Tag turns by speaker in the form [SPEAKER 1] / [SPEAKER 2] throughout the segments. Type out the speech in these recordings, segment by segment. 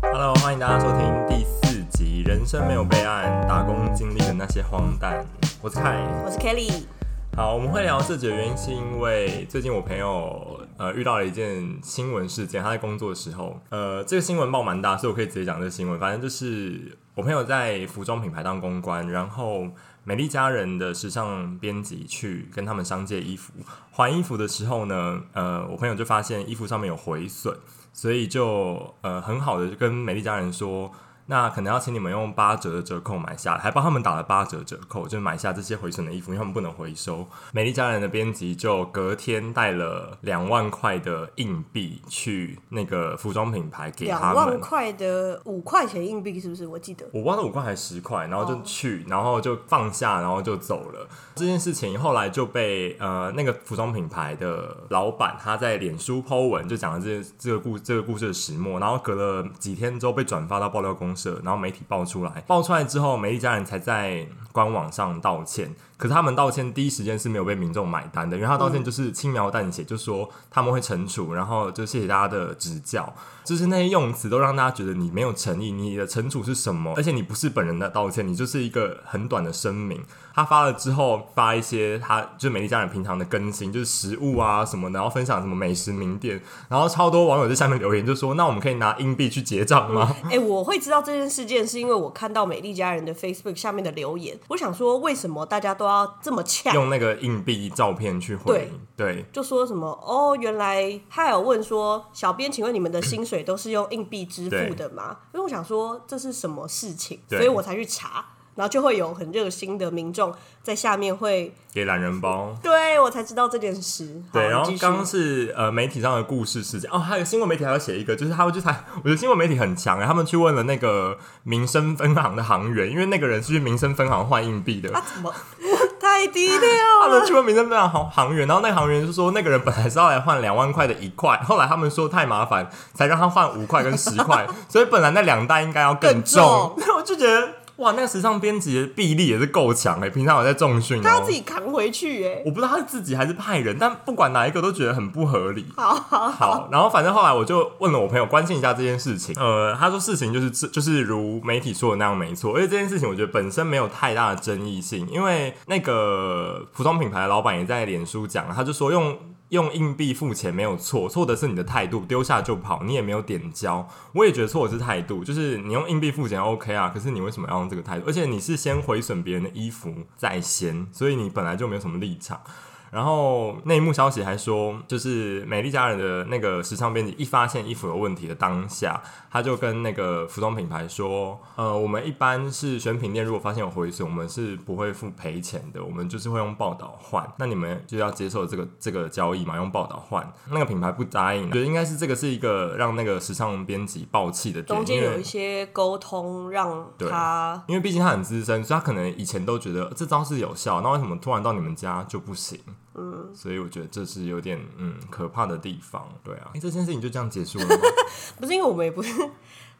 [SPEAKER 1] 大家收听第四集《人生没有备案》，打工经历的那些荒诞。我是凯。
[SPEAKER 2] 我是 Kelly，
[SPEAKER 1] 好，我们会聊这集的原因是因为最近我朋友呃遇到了一件新闻事件，他在工作的时候，呃，这个新闻报蛮大，所以我可以直接讲这个新闻。反正就是我朋友在服装品牌当公关，然后美丽佳人的时尚编辑去跟他们商借衣服，还衣服的时候呢，呃，我朋友就发现衣服上面有毁损，所以就呃很好的就跟美丽佳人说。那可能要请你们用八折的折扣买下，还帮他们打了八折折扣，就是买下这些毁损的衣服，因为他们不能回收。美丽佳人的编辑就隔天带了两万块的硬币去那个服装品牌给
[SPEAKER 2] 两
[SPEAKER 1] 他们
[SPEAKER 2] 万，块的五块钱硬币是不是？我记得
[SPEAKER 1] 我忘了五块还是十块，然后就去，然后就放下，然后就走了。这件事情后来就被呃那个服装品牌的老板他在脸书 po 文就讲了这这个故这个故事的始末，然后隔了几天之后被转发到爆料公社，然后媒体爆出来，爆出来之后，美丽家人才在官网上道歉。可是他们道歉第一时间是没有被民众买单的，因为他道歉就是轻描淡写，就说他们会惩处，然后就谢谢大家的指教，就是那些用词都让大家觉得你没有诚意，你的惩处是什么？而且你不是本人的道歉，你就是一个很短的声明。他发了之后，发一些他就是美丽家人平常的更新，就是食物啊什么的，然后分享什么美食名店，然后超多网友在下面留言就说：“那我们可以拿硬币去结账 吗？”
[SPEAKER 2] 哎、我会知道这件事件是因为我看到美丽家人的 Facebook 下面的留言，我想说为什么大家都要这么呛？
[SPEAKER 1] 用那个硬币照片去回应，对
[SPEAKER 2] 就说什么哦，原来还有问说，小编，请问你们的薪水都是用硬币支付的吗？因为我想说这是什么事情，
[SPEAKER 1] 对
[SPEAKER 2] 所以我才去查，然后就会有很热心的民众在下面会，
[SPEAKER 1] 给懒人包。
[SPEAKER 2] 对我才知道这件事。好
[SPEAKER 1] 对，然后
[SPEAKER 2] 你继续
[SPEAKER 1] 刚刚是呃媒体上的故事事件哦，还有新闻媒体还要写一个，就是他们去采，我觉得新闻媒体很强欸，他们去问了那个民生分行的行员，因为那个人是去民生分行换硬币的，
[SPEAKER 2] 啊，怎么 太低 调
[SPEAKER 1] 他
[SPEAKER 2] 了？
[SPEAKER 1] 们去问民生分行行行员，然后那个行员就说那个人本来是要来换两万块的一块，后来他们说太麻烦，才让他换五块跟十 块，所以本来那两袋应该要更重，我就觉得哇，那个时尚编辑的臂力也是够强哎，平常我在重训、哦，
[SPEAKER 2] 他要自己扛回去哎、
[SPEAKER 1] 我不知道他是自己还是派人，但不管哪一个都觉得很不合理。
[SPEAKER 2] 好好
[SPEAKER 1] 好， 然后反正后来我就问了我朋友，关心一下这件事情。呃，他说事情就是这就是如媒体说的那样没错，而且这件事情我觉得本身没有太大的争议性，因为那个服装品牌的老板也在脸书讲，他就说用。用硬币付钱没有错，错的是你的态度，丢下就跑，你也没有点交。我也觉得错的是态度，就是你用硬币付钱 OK 啊，可是你为什么要用这个态度？而且你是先毁损别人的衣服在先，所以你本来就没有什么立场。然后内幕消息还说，就是美丽佳人的那个时尚编辑一发现衣服有问题的当下，他就跟那个服装品牌说，呃，我们一般是选品店，如果发现有毁损，我们是不会付赔钱的，我们就是会用报道换。那你们就要接受这个这个交易嘛，用报道换。那个品牌不答应，觉得应该是这个是一个让那个时尚编辑爆气的点，
[SPEAKER 2] 中间
[SPEAKER 1] 因为
[SPEAKER 2] 有一些沟通，让
[SPEAKER 1] 对
[SPEAKER 2] 他
[SPEAKER 1] 因为毕竟他很资深，所以他可能以前都觉得这招是有效，那为什么突然到你们家就不行？嗯，所以我觉得这是有点嗯可怕的地方。对啊，诶这件事情就这样结束了吗？
[SPEAKER 2] 不是因为我们也不是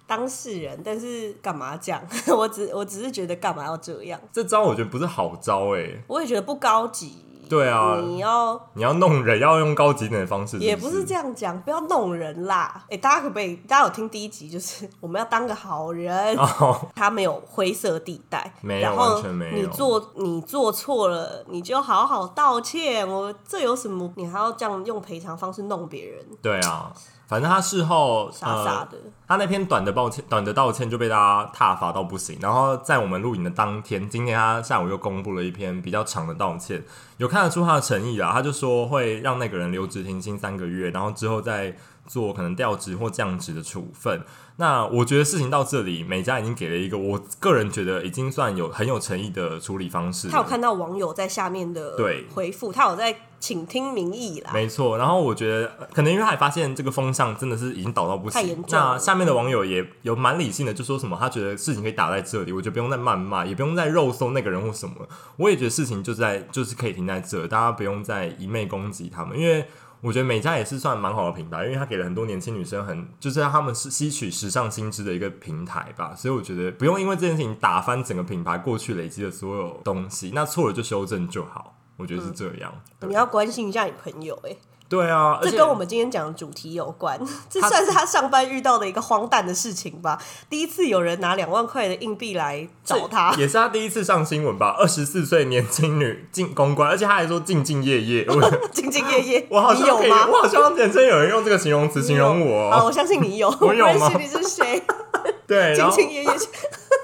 [SPEAKER 2] 当事人，但是干嘛这样？ 我只我只是觉得干嘛要这样？
[SPEAKER 1] 这招我觉得不是好招哎、
[SPEAKER 2] 我也觉得不高级。
[SPEAKER 1] 对啊
[SPEAKER 2] 你要
[SPEAKER 1] 你要弄人要用高级一点的方式
[SPEAKER 2] 也不是这
[SPEAKER 1] 样。
[SPEAKER 2] 样讲，不要弄人啦！哎、大家可不可以？大家有听第一集，就是 我们要当个好人。
[SPEAKER 1] 哦，
[SPEAKER 2] 他没有灰色地带，
[SPEAKER 1] 没有
[SPEAKER 2] 然后
[SPEAKER 1] 完全没有
[SPEAKER 2] 你做你做错了，你就好好道歉。我这有什么？你还要这样用赔偿方式弄别人，
[SPEAKER 1] 对啊，反正他事后呃
[SPEAKER 2] 傻傻的。
[SPEAKER 1] 他那篇短的抱歉、短的道歉就被大家挞伐到不行。然后在我们录影的当天，今天他下午又公布了一篇比较长的道歉，有看得出他的诚意啦。他就说会让那个人留职停薪三个月，然后之后再做可能调职或降职的处分。那我觉得事情到这里，美嘉已经给了一个我个人觉得已经算有很有诚意的处理方式了。
[SPEAKER 2] 他有看到网友在下面的
[SPEAKER 1] 对
[SPEAKER 2] 回复，他有在倾听民意啦。
[SPEAKER 1] 没错，然后我觉得呃可能因为他也发现这个风向真的是已经倒到不
[SPEAKER 2] 太严
[SPEAKER 1] 行，嗯
[SPEAKER 2] 重了嗯
[SPEAKER 1] 那下面的网友也有蛮理性的，就说什么他觉得事情可以打在这里，我觉得不用再谩骂，也不用再肉搜那个人或什么，我也觉得事情就在就是可以停在这，大家不用再一昧攻击他们，因为。我觉得美嘉也是算蛮好的品牌，因为它给了很多年轻女生很，就是让他们是吸取时尚新知的一个平台吧，所以我觉得不用因为这件事情打翻整个品牌过去累积的所有东西，那错了就修正就好，我觉得是这样。对
[SPEAKER 2] 你要关心一下你朋友、欸，哎，
[SPEAKER 1] 对啊，而
[SPEAKER 2] 这
[SPEAKER 1] 且
[SPEAKER 2] 跟我们今天讲的主题有关， 这算是他上班遇到的一个荒诞的事情吧。第一次有人拿两万块的硬币来找他
[SPEAKER 1] 这，也是他第一次上新闻吧？二十四岁年轻女进公关，而且他还说兢兢业业。 我
[SPEAKER 2] 兢兢业业，
[SPEAKER 1] 我好
[SPEAKER 2] 你
[SPEAKER 1] 像
[SPEAKER 2] 有
[SPEAKER 1] 可以，
[SPEAKER 2] 吗？
[SPEAKER 1] 我好像真的有人用这个形容词形容我
[SPEAKER 2] 啊，
[SPEAKER 1] 哦。
[SPEAKER 2] 我相信你有，
[SPEAKER 1] 我有吗哎
[SPEAKER 2] 不认识你是谁？
[SPEAKER 1] 对，然
[SPEAKER 2] 兢
[SPEAKER 1] 后
[SPEAKER 2] 兢业业，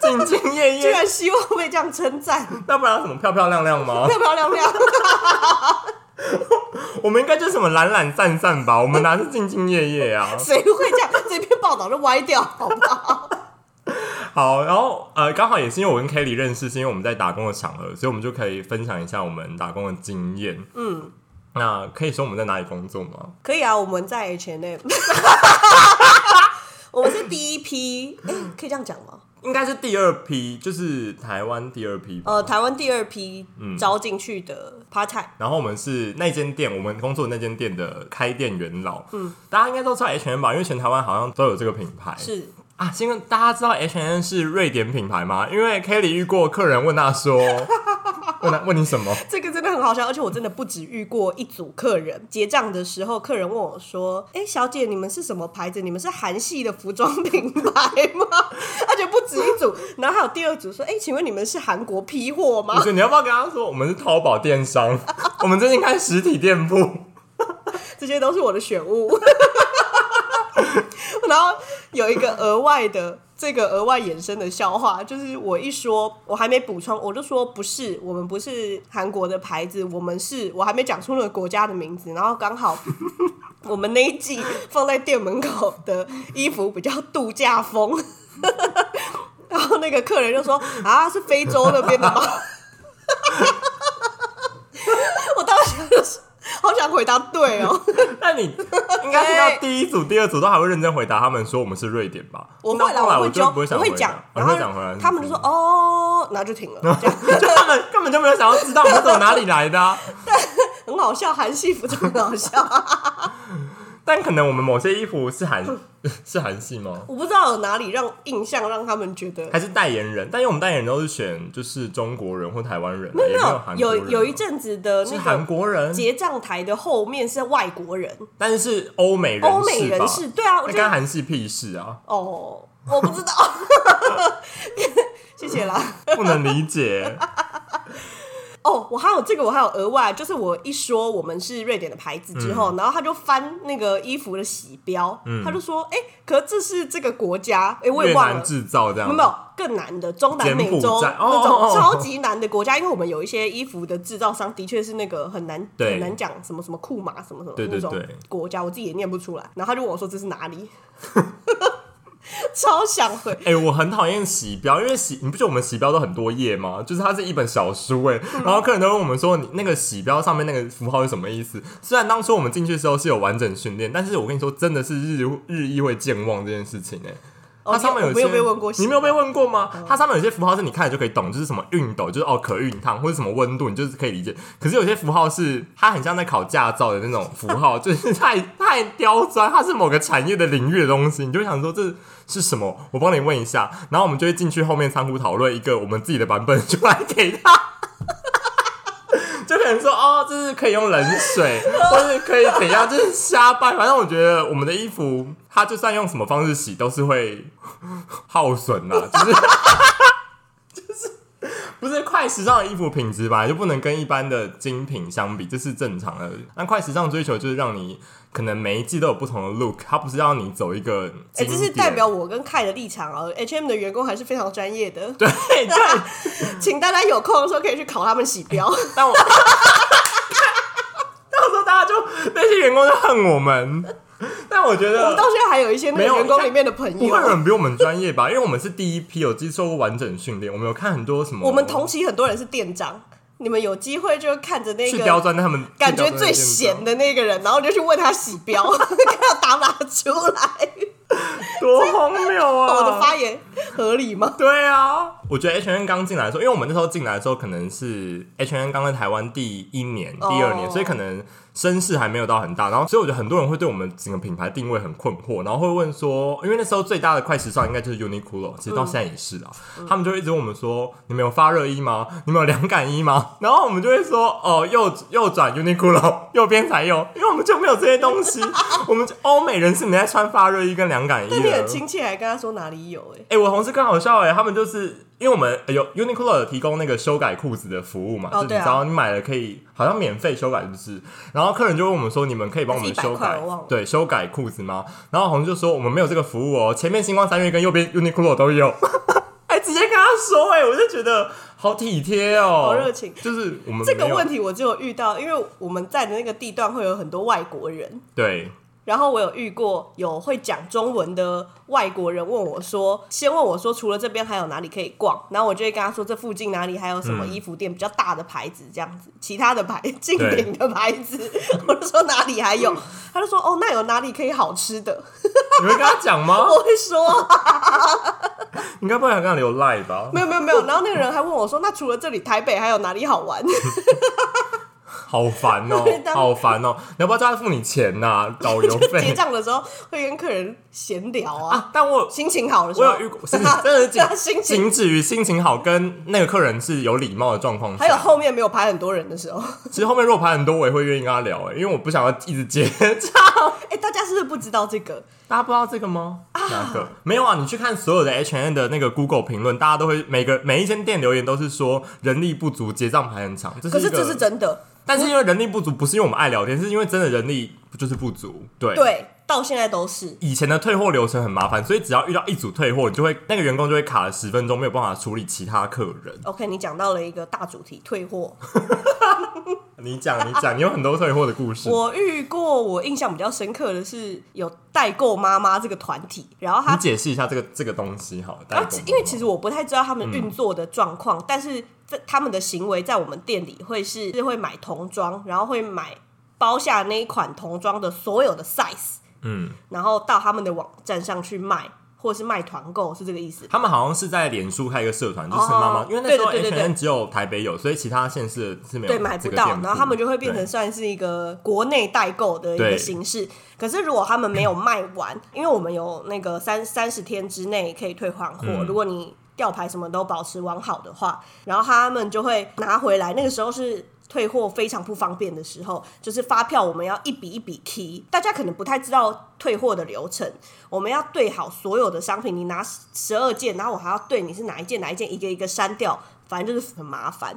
[SPEAKER 1] 兢 兢业
[SPEAKER 2] 居
[SPEAKER 1] 业，
[SPEAKER 2] 然希望被这样 称赞，
[SPEAKER 1] 那不然什么漂漂亮亮吗？
[SPEAKER 2] 漂漂亮亮。
[SPEAKER 1] 我们应该就是什么懒懒散散吧？我们哪是兢兢业业啊？
[SPEAKER 2] 谁会这样？这篇报道就歪掉，好不好？
[SPEAKER 1] 好，然后呃，刚好也是因为我跟 Kelly 认识，是因为我们在打工的场合，所以我们就可以分享一下我们打工的经验。
[SPEAKER 2] 嗯，
[SPEAKER 1] 那可以说我们在哪里工作吗？
[SPEAKER 2] 可以啊，我们在 H and M，我们是第一批，哎、可以这样讲吗？
[SPEAKER 1] 应该是第二批，就是台湾第二批吧。
[SPEAKER 2] 呃，台湾第二批招进去的 part time，
[SPEAKER 1] 然后我们是那间店，我们工作的那间店的开店元老。嗯，大家应该都知道 H&M 吧？因为全台湾好像都有这个品牌。
[SPEAKER 2] 是
[SPEAKER 1] 啊，先跟大家知道 H&M 是瑞典品牌吗？因为 Kelly 遇过客人问他 说，问他问你什么？
[SPEAKER 2] 这个真的很好笑，而且我真的不止遇过一组客人，结账的时候，客人问我说：“哎、小姐，你们是什么牌子？你们是韩系的服装品牌吗？” 而且不止一组，然后还有第二组说：“哎、请问你们是韩国批货
[SPEAKER 1] 我
[SPEAKER 2] 吗
[SPEAKER 1] 说你要不要跟他说，我们是淘宝电 商，我们最近开实体店铺。？”
[SPEAKER 2] 这些都是我的选物。 然后有一个额外的。这个额外衍生的笑话，就是我一说，我还没补充，我就说不是，我们不是韩国的牌子，我们是我还没讲出那个国家的名字，然后刚好我们那一季放在店门口的衣服比较度假风， 然后那个客人就说啊，是非洲那边的吗？ 我当时就是好想回答对哦，
[SPEAKER 1] 那你应该听到第一组、第二组都还会认真回答他们说我们是瑞典吧？
[SPEAKER 2] 我
[SPEAKER 1] 那
[SPEAKER 2] 会啦，
[SPEAKER 1] 后来
[SPEAKER 2] 我会
[SPEAKER 1] 就
[SPEAKER 2] 纠，
[SPEAKER 1] 不会想
[SPEAKER 2] 我会
[SPEAKER 1] 回答
[SPEAKER 2] 讲，
[SPEAKER 1] 我
[SPEAKER 2] 然
[SPEAKER 1] 会
[SPEAKER 2] 后
[SPEAKER 1] 讲回来嗯是
[SPEAKER 2] 他们就
[SPEAKER 1] 不
[SPEAKER 2] 说
[SPEAKER 1] 是
[SPEAKER 2] 哦，然后就停 了，这样
[SPEAKER 1] 就他们根本就没有想要知道我们是从哪里来的、啊，
[SPEAKER 2] 很好笑，韩系服装很好笑，
[SPEAKER 1] 但可能我们某些衣服是韩 是韩系吗？
[SPEAKER 2] 我不知道有哪里让印象让他们觉得
[SPEAKER 1] 还是代言人？但因为我们代言人都是选就是中国人或台湾人啊，
[SPEAKER 2] 没有
[SPEAKER 1] 也有
[SPEAKER 2] 没
[SPEAKER 1] 韩
[SPEAKER 2] 有
[SPEAKER 1] 国
[SPEAKER 2] 有
[SPEAKER 1] 人啊
[SPEAKER 2] 有一阵子的
[SPEAKER 1] 是
[SPEAKER 2] 那
[SPEAKER 1] 韩
[SPEAKER 2] 个
[SPEAKER 1] 国人，
[SPEAKER 2] 结账台的后面是外国人，
[SPEAKER 1] 但是是欧美人士吧
[SPEAKER 2] 欧美人士，，对啊，
[SPEAKER 1] 那
[SPEAKER 2] 我觉
[SPEAKER 1] 跟
[SPEAKER 2] 得
[SPEAKER 1] 韩系屁事啊，
[SPEAKER 2] 哦，我不知道， 谢谢啦。
[SPEAKER 1] 不能理解。
[SPEAKER 2] 哦，我还有这个，我还有额外，就是我一说我们是瑞典的牌子之后，
[SPEAKER 1] 嗯
[SPEAKER 2] 然后他就翻那个衣服的洗标，他就说：“哎、可是这是这个国家，哎、 我也
[SPEAKER 1] 越
[SPEAKER 2] 忘了
[SPEAKER 1] 南，制造这
[SPEAKER 2] 没有
[SPEAKER 1] 样，
[SPEAKER 2] 没有更难的中南美
[SPEAKER 1] 柬埔
[SPEAKER 2] 洲
[SPEAKER 1] 寨哦
[SPEAKER 2] 那
[SPEAKER 1] 哦哦
[SPEAKER 2] 种超级难的国家，因为我们有一些衣服的制造商的确是那个很难
[SPEAKER 1] 对
[SPEAKER 2] 很难讲什么什么库马什么什么
[SPEAKER 1] 对对
[SPEAKER 2] 那种
[SPEAKER 1] 对
[SPEAKER 2] 国家，我自己也念不出来。然后他就问我说这是哪里， 超想回。”
[SPEAKER 1] 哎、我很讨厌洗标，因为洗你不觉得我们洗标都很多页吗？就是它是一本小书哎、
[SPEAKER 2] 嗯
[SPEAKER 1] 然后客人都问我们说，你那个洗标上面那个符号是什么意思？虽然当初我们进去的时候是有完整训练，但是我跟你说，真的是日日益会健忘这件事情哎、
[SPEAKER 2] 哦
[SPEAKER 1] 它上面有
[SPEAKER 2] 我
[SPEAKER 1] 一
[SPEAKER 2] 没
[SPEAKER 1] 些
[SPEAKER 2] 有被问过哦洗
[SPEAKER 1] 你没有被问过吗？它上面有些符号是你看了就可以懂，就是什么熨斗，就是哦可熨烫，或者什么温度，你就是可以理解。可是有些符号是它很像在考驾照的那种符号， 就是太太刁钻，它是某个产业的领域的东西，你就会想说这是什么？我帮你问一下，然后我们就会进去后面仓库讨论一个我们自己的版本出来给他。 就可能说哦，这是可以用冷水，或是可以怎样，就是瞎掰。反正我觉得我们的衣服，它就算用什么方式洗，都是会耗损呐、 就是就是不是快时尚的衣服品质吧，就不能跟一般的精品相比，这是正常的。那快时尚追求就是让你可能每一季都有不同的 look，它不是让你走一个
[SPEAKER 2] 哎、
[SPEAKER 1] 经典。
[SPEAKER 2] 这是代表我跟凯的立场哦。H M 的员工还是非常专业 的，
[SPEAKER 1] 对对，
[SPEAKER 2] 请大家有空的时候可以去考他们洗 标。
[SPEAKER 1] 但我到时候大家就那些员工就恨我们。但我觉
[SPEAKER 2] 我们
[SPEAKER 1] 得
[SPEAKER 2] 到现在还有一些那个
[SPEAKER 1] 没有
[SPEAKER 2] 员工里面的朋
[SPEAKER 1] 不会有
[SPEAKER 2] 友，
[SPEAKER 1] 人比我们专业吧？因为我们是第一批有接受过完整训练，我们有看很多什么，
[SPEAKER 2] 我们同期很多人是店长，你们有机会就看着那
[SPEAKER 1] 去刁
[SPEAKER 2] 个
[SPEAKER 1] 钻他们，
[SPEAKER 2] 感
[SPEAKER 1] 去刁
[SPEAKER 2] 觉
[SPEAKER 1] 钻他们
[SPEAKER 2] 最闲的那个人，然后就去问他洗 标，看他打不打得出来。哦
[SPEAKER 1] 多荒谬啊！
[SPEAKER 2] 我的发言合理 吗？
[SPEAKER 1] 对啊，我觉得 H N 刚进来的时候，因为我们那时候进来的时候可能是 H N 刚在台湾第一年、第二年，
[SPEAKER 2] 哦
[SPEAKER 1] 所以可能声势还没有到很大，然后所以我觉得很多人会对我们整个品牌定位很困惑，然后会问说，因为那时候最大的快时尚应该就是 Uniqlo，其实到现在也是啦，
[SPEAKER 2] 嗯
[SPEAKER 1] 他们就一直问我们说，你们有发热衣吗？你们有凉感衣吗？然后我们就会说，哦，右右转 Uniqlo，右 边才有，因为我们就没有这些东西，我们就欧美人是没在穿发热衣跟凉感衣
[SPEAKER 2] 但你很
[SPEAKER 1] 的。
[SPEAKER 2] 亲切，还跟他说哪里有、欸，
[SPEAKER 1] 哎、我同事更好笑哎、他们就是因为我们有 Uniqlo 有提供那个修改裤子的服务嘛，
[SPEAKER 2] 哦
[SPEAKER 1] 就是
[SPEAKER 2] 对
[SPEAKER 1] 你
[SPEAKER 2] 啊
[SPEAKER 1] 知道你买了可以好像免费修改，是不是？然后客人就问我们说，你们可以帮我们
[SPEAKER 2] 还是100
[SPEAKER 1] 修
[SPEAKER 2] 块
[SPEAKER 1] 改
[SPEAKER 2] 我忘了
[SPEAKER 1] 对修改裤子吗？然后同事就说我们没有这个服务哦，前面星光三月跟右边 Uniqlo 都有， 哎、直接跟他说哎、我就觉得好体贴哦，
[SPEAKER 2] 好热情
[SPEAKER 1] 就是我们
[SPEAKER 2] 这个
[SPEAKER 1] 没有
[SPEAKER 2] 问题我就有遇到，因为我们在的那个地段会有很多外国人，
[SPEAKER 1] 对
[SPEAKER 2] 然后我有遇过有会讲中文的外国人问我说，先问我说除了这边还有哪里可以逛，然后我就会跟他说这附近哪里还有什么
[SPEAKER 1] 嗯
[SPEAKER 2] 衣服店比较大的牌子这样子，其他的牌 近点的牌子，我就说哪里还有，他就说哦那有哪里可以好吃的，
[SPEAKER 1] 你会跟他讲吗？
[SPEAKER 2] 我会说哦
[SPEAKER 1] 你该不会还跟他留赖吧？
[SPEAKER 2] 没有没有没有，然后那个人还问我说那除了这里台北还有哪里好玩，
[SPEAKER 1] 好烦哦、
[SPEAKER 2] 对当
[SPEAKER 1] 好烦哦、你要不要叫他付你钱呐、导游
[SPEAKER 2] 结
[SPEAKER 1] 费？
[SPEAKER 2] 账的时候会跟客人闲聊啊，
[SPEAKER 1] 但我
[SPEAKER 2] 心情好的时
[SPEAKER 1] 我
[SPEAKER 2] 候，
[SPEAKER 1] 有遇 过，是 真的是
[SPEAKER 2] 对啊
[SPEAKER 1] 仅
[SPEAKER 2] 心情
[SPEAKER 1] 仅止于心情好跟那个客人是有礼貌的状况下。
[SPEAKER 2] 还有后面没有排很多人的时候，
[SPEAKER 1] 其实后面如果排很多，我也会愿意跟他聊、欸，因为我不想要一直 接。
[SPEAKER 2] 哎、大家是不是不知道这个？
[SPEAKER 1] 大家不知道这个吗？哪个？没有啊！你去看所有的 H N 的那个 Google 评论，大家都会每个每一间店留言都是说人力不足，结账排很长。这
[SPEAKER 2] 可
[SPEAKER 1] 是一
[SPEAKER 2] 是
[SPEAKER 1] 个
[SPEAKER 2] 这是真的，
[SPEAKER 1] 但是因为人力不足，不是因为我们爱聊天，是因为真的人力就是不足。对。
[SPEAKER 2] 对，到现在都是。
[SPEAKER 1] 以前的退货流程很麻烦，所以只要遇到一组退货，你就会那个员工就会卡了十分钟，没有办法处理其他客人。
[SPEAKER 2] OK，你讲到了一个大主题，退货。
[SPEAKER 1] 你讲，你讲，你有很多退货的故事。
[SPEAKER 2] 我遇过，我印象比较深刻的是有代购妈妈这个团体，然后
[SPEAKER 1] 你
[SPEAKER 2] 她，
[SPEAKER 1] 解释一下这个这个东西好了，嗯代
[SPEAKER 2] 然
[SPEAKER 1] 购嗯
[SPEAKER 2] 后
[SPEAKER 1] 吗
[SPEAKER 2] 因为啊其实我不太知道他们运作的状况，但是这他们的行为在我们店里会是是会买童装，然后会买包下那一款童装的所有的 size，
[SPEAKER 1] 嗯，
[SPEAKER 2] 然后到他们的网站上去卖，或者是卖团购，是这个意思吧？
[SPEAKER 1] 他们好像是在脸书开一个社团，就是妈妈，
[SPEAKER 2] 哦
[SPEAKER 1] 因为那时候
[SPEAKER 2] 对
[SPEAKER 1] H
[SPEAKER 2] 对对对对
[SPEAKER 1] N 只有台北有，所以其他县市是没有
[SPEAKER 2] 对，买不
[SPEAKER 1] 这个
[SPEAKER 2] 到
[SPEAKER 1] 店，铺
[SPEAKER 2] 然后他们就会变成
[SPEAKER 1] 对
[SPEAKER 2] 算是一个国内代购的一
[SPEAKER 1] 对
[SPEAKER 2] 个形式。可是如果他们没有卖完，因为我们有那个三三十天之内可以退换货，
[SPEAKER 1] 嗯
[SPEAKER 2] 如果你吊牌什么都保持完好的话，然后他们就会拿回来。那个时候是。退货非常不方便的时候，就是发票我们要一笔一笔 key，大家可能不太知道退货的流程，我们要对好所有的商品，你拿十二件，然后我还要对你是哪一件哪一件一个一个删掉，反正就是很麻烦。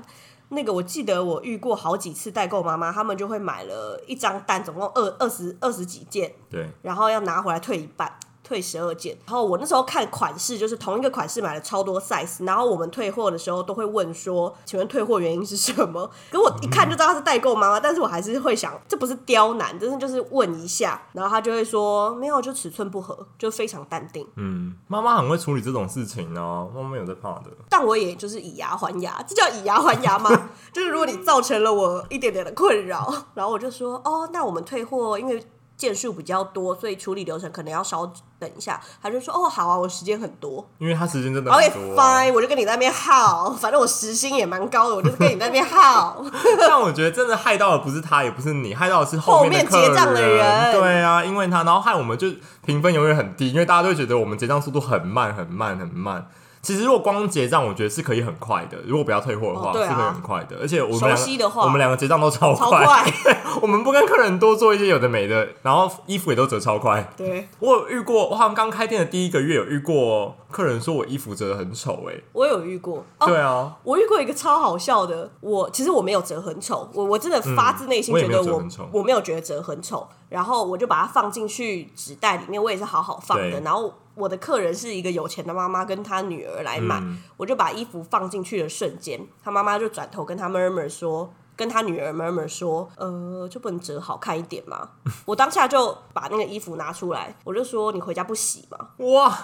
[SPEAKER 2] 那个我记得我遇过好几次代购妈妈，他们就会买了一张单，总共二二十二十几件，
[SPEAKER 1] 对
[SPEAKER 2] 然后要拿回来退一半，退十二件。然后我那时候看款式，就是同一个款式买了超多 size，然后我们退货的时候都会问说，请问退货原因是什么？可我一看就知道她是代购妈妈，但是我还是会想，这不是刁难，真的就是问一下，然后她就会说没有，就尺寸不合，就非常淡定。
[SPEAKER 1] 嗯，妈妈很会处理这种事情哦，妈妈有在怕的。
[SPEAKER 2] 但我也就是以牙还牙，这叫以牙还牙吗？ 就是如果你造成了我一点点的困扰，然后我就说哦，那我们退货，因为件数比较多，所以处理流程可能要稍等一下。他就说哦，好啊，我时间很多。
[SPEAKER 1] 因为他时间真的
[SPEAKER 2] OK
[SPEAKER 1] 很多、啊
[SPEAKER 2] fine，我就跟你在那边耗，反正我时薪也蛮高的，我就是跟你在那边 耗。
[SPEAKER 1] 但我觉得真的害到的不是他，也不是你，害到的是面的客
[SPEAKER 2] 后面结账的人
[SPEAKER 1] 对啊，因为他，然后害我们就评分永远很低，因为大家都会觉得我们结账速度很慢、很慢、很慢。其实如果光结账，我觉得是可以很快的。如果不要退货的话，
[SPEAKER 2] 哦对啊
[SPEAKER 1] 是可以很快的。而且我们两
[SPEAKER 2] 熟悉
[SPEAKER 1] 个，
[SPEAKER 2] 的话
[SPEAKER 1] 我们两个结账都超
[SPEAKER 2] 超快
[SPEAKER 1] 我们不跟客人多做一些有的没的，然后衣服也都折超快。
[SPEAKER 2] 对
[SPEAKER 1] 我有遇过，我好像刚开店的第一个月有遇过客人说我衣服折的很丑、欸，
[SPEAKER 2] 我有遇过哦，
[SPEAKER 1] 对啊，
[SPEAKER 2] 我遇过一个超好笑的，我其实我没有折很丑，我我真的发自内心
[SPEAKER 1] 嗯我也
[SPEAKER 2] 觉
[SPEAKER 1] 没
[SPEAKER 2] 得
[SPEAKER 1] 有
[SPEAKER 2] 我、
[SPEAKER 1] 折很丑
[SPEAKER 2] 我没有觉得折很丑，然后我就把它放进去纸袋里面，我也是好好放的。
[SPEAKER 1] 对
[SPEAKER 2] 然后我的客人是一个有钱的妈妈跟她女儿来买，
[SPEAKER 1] 嗯
[SPEAKER 2] 我就把衣服放进去的瞬间，她妈妈就转头跟她 murmur 说。跟她女儿 murmur 说：“呃，就不能折好看一点吗？” 我当下就把那个衣服拿出来，我就说：“你回家不洗吗
[SPEAKER 1] 哇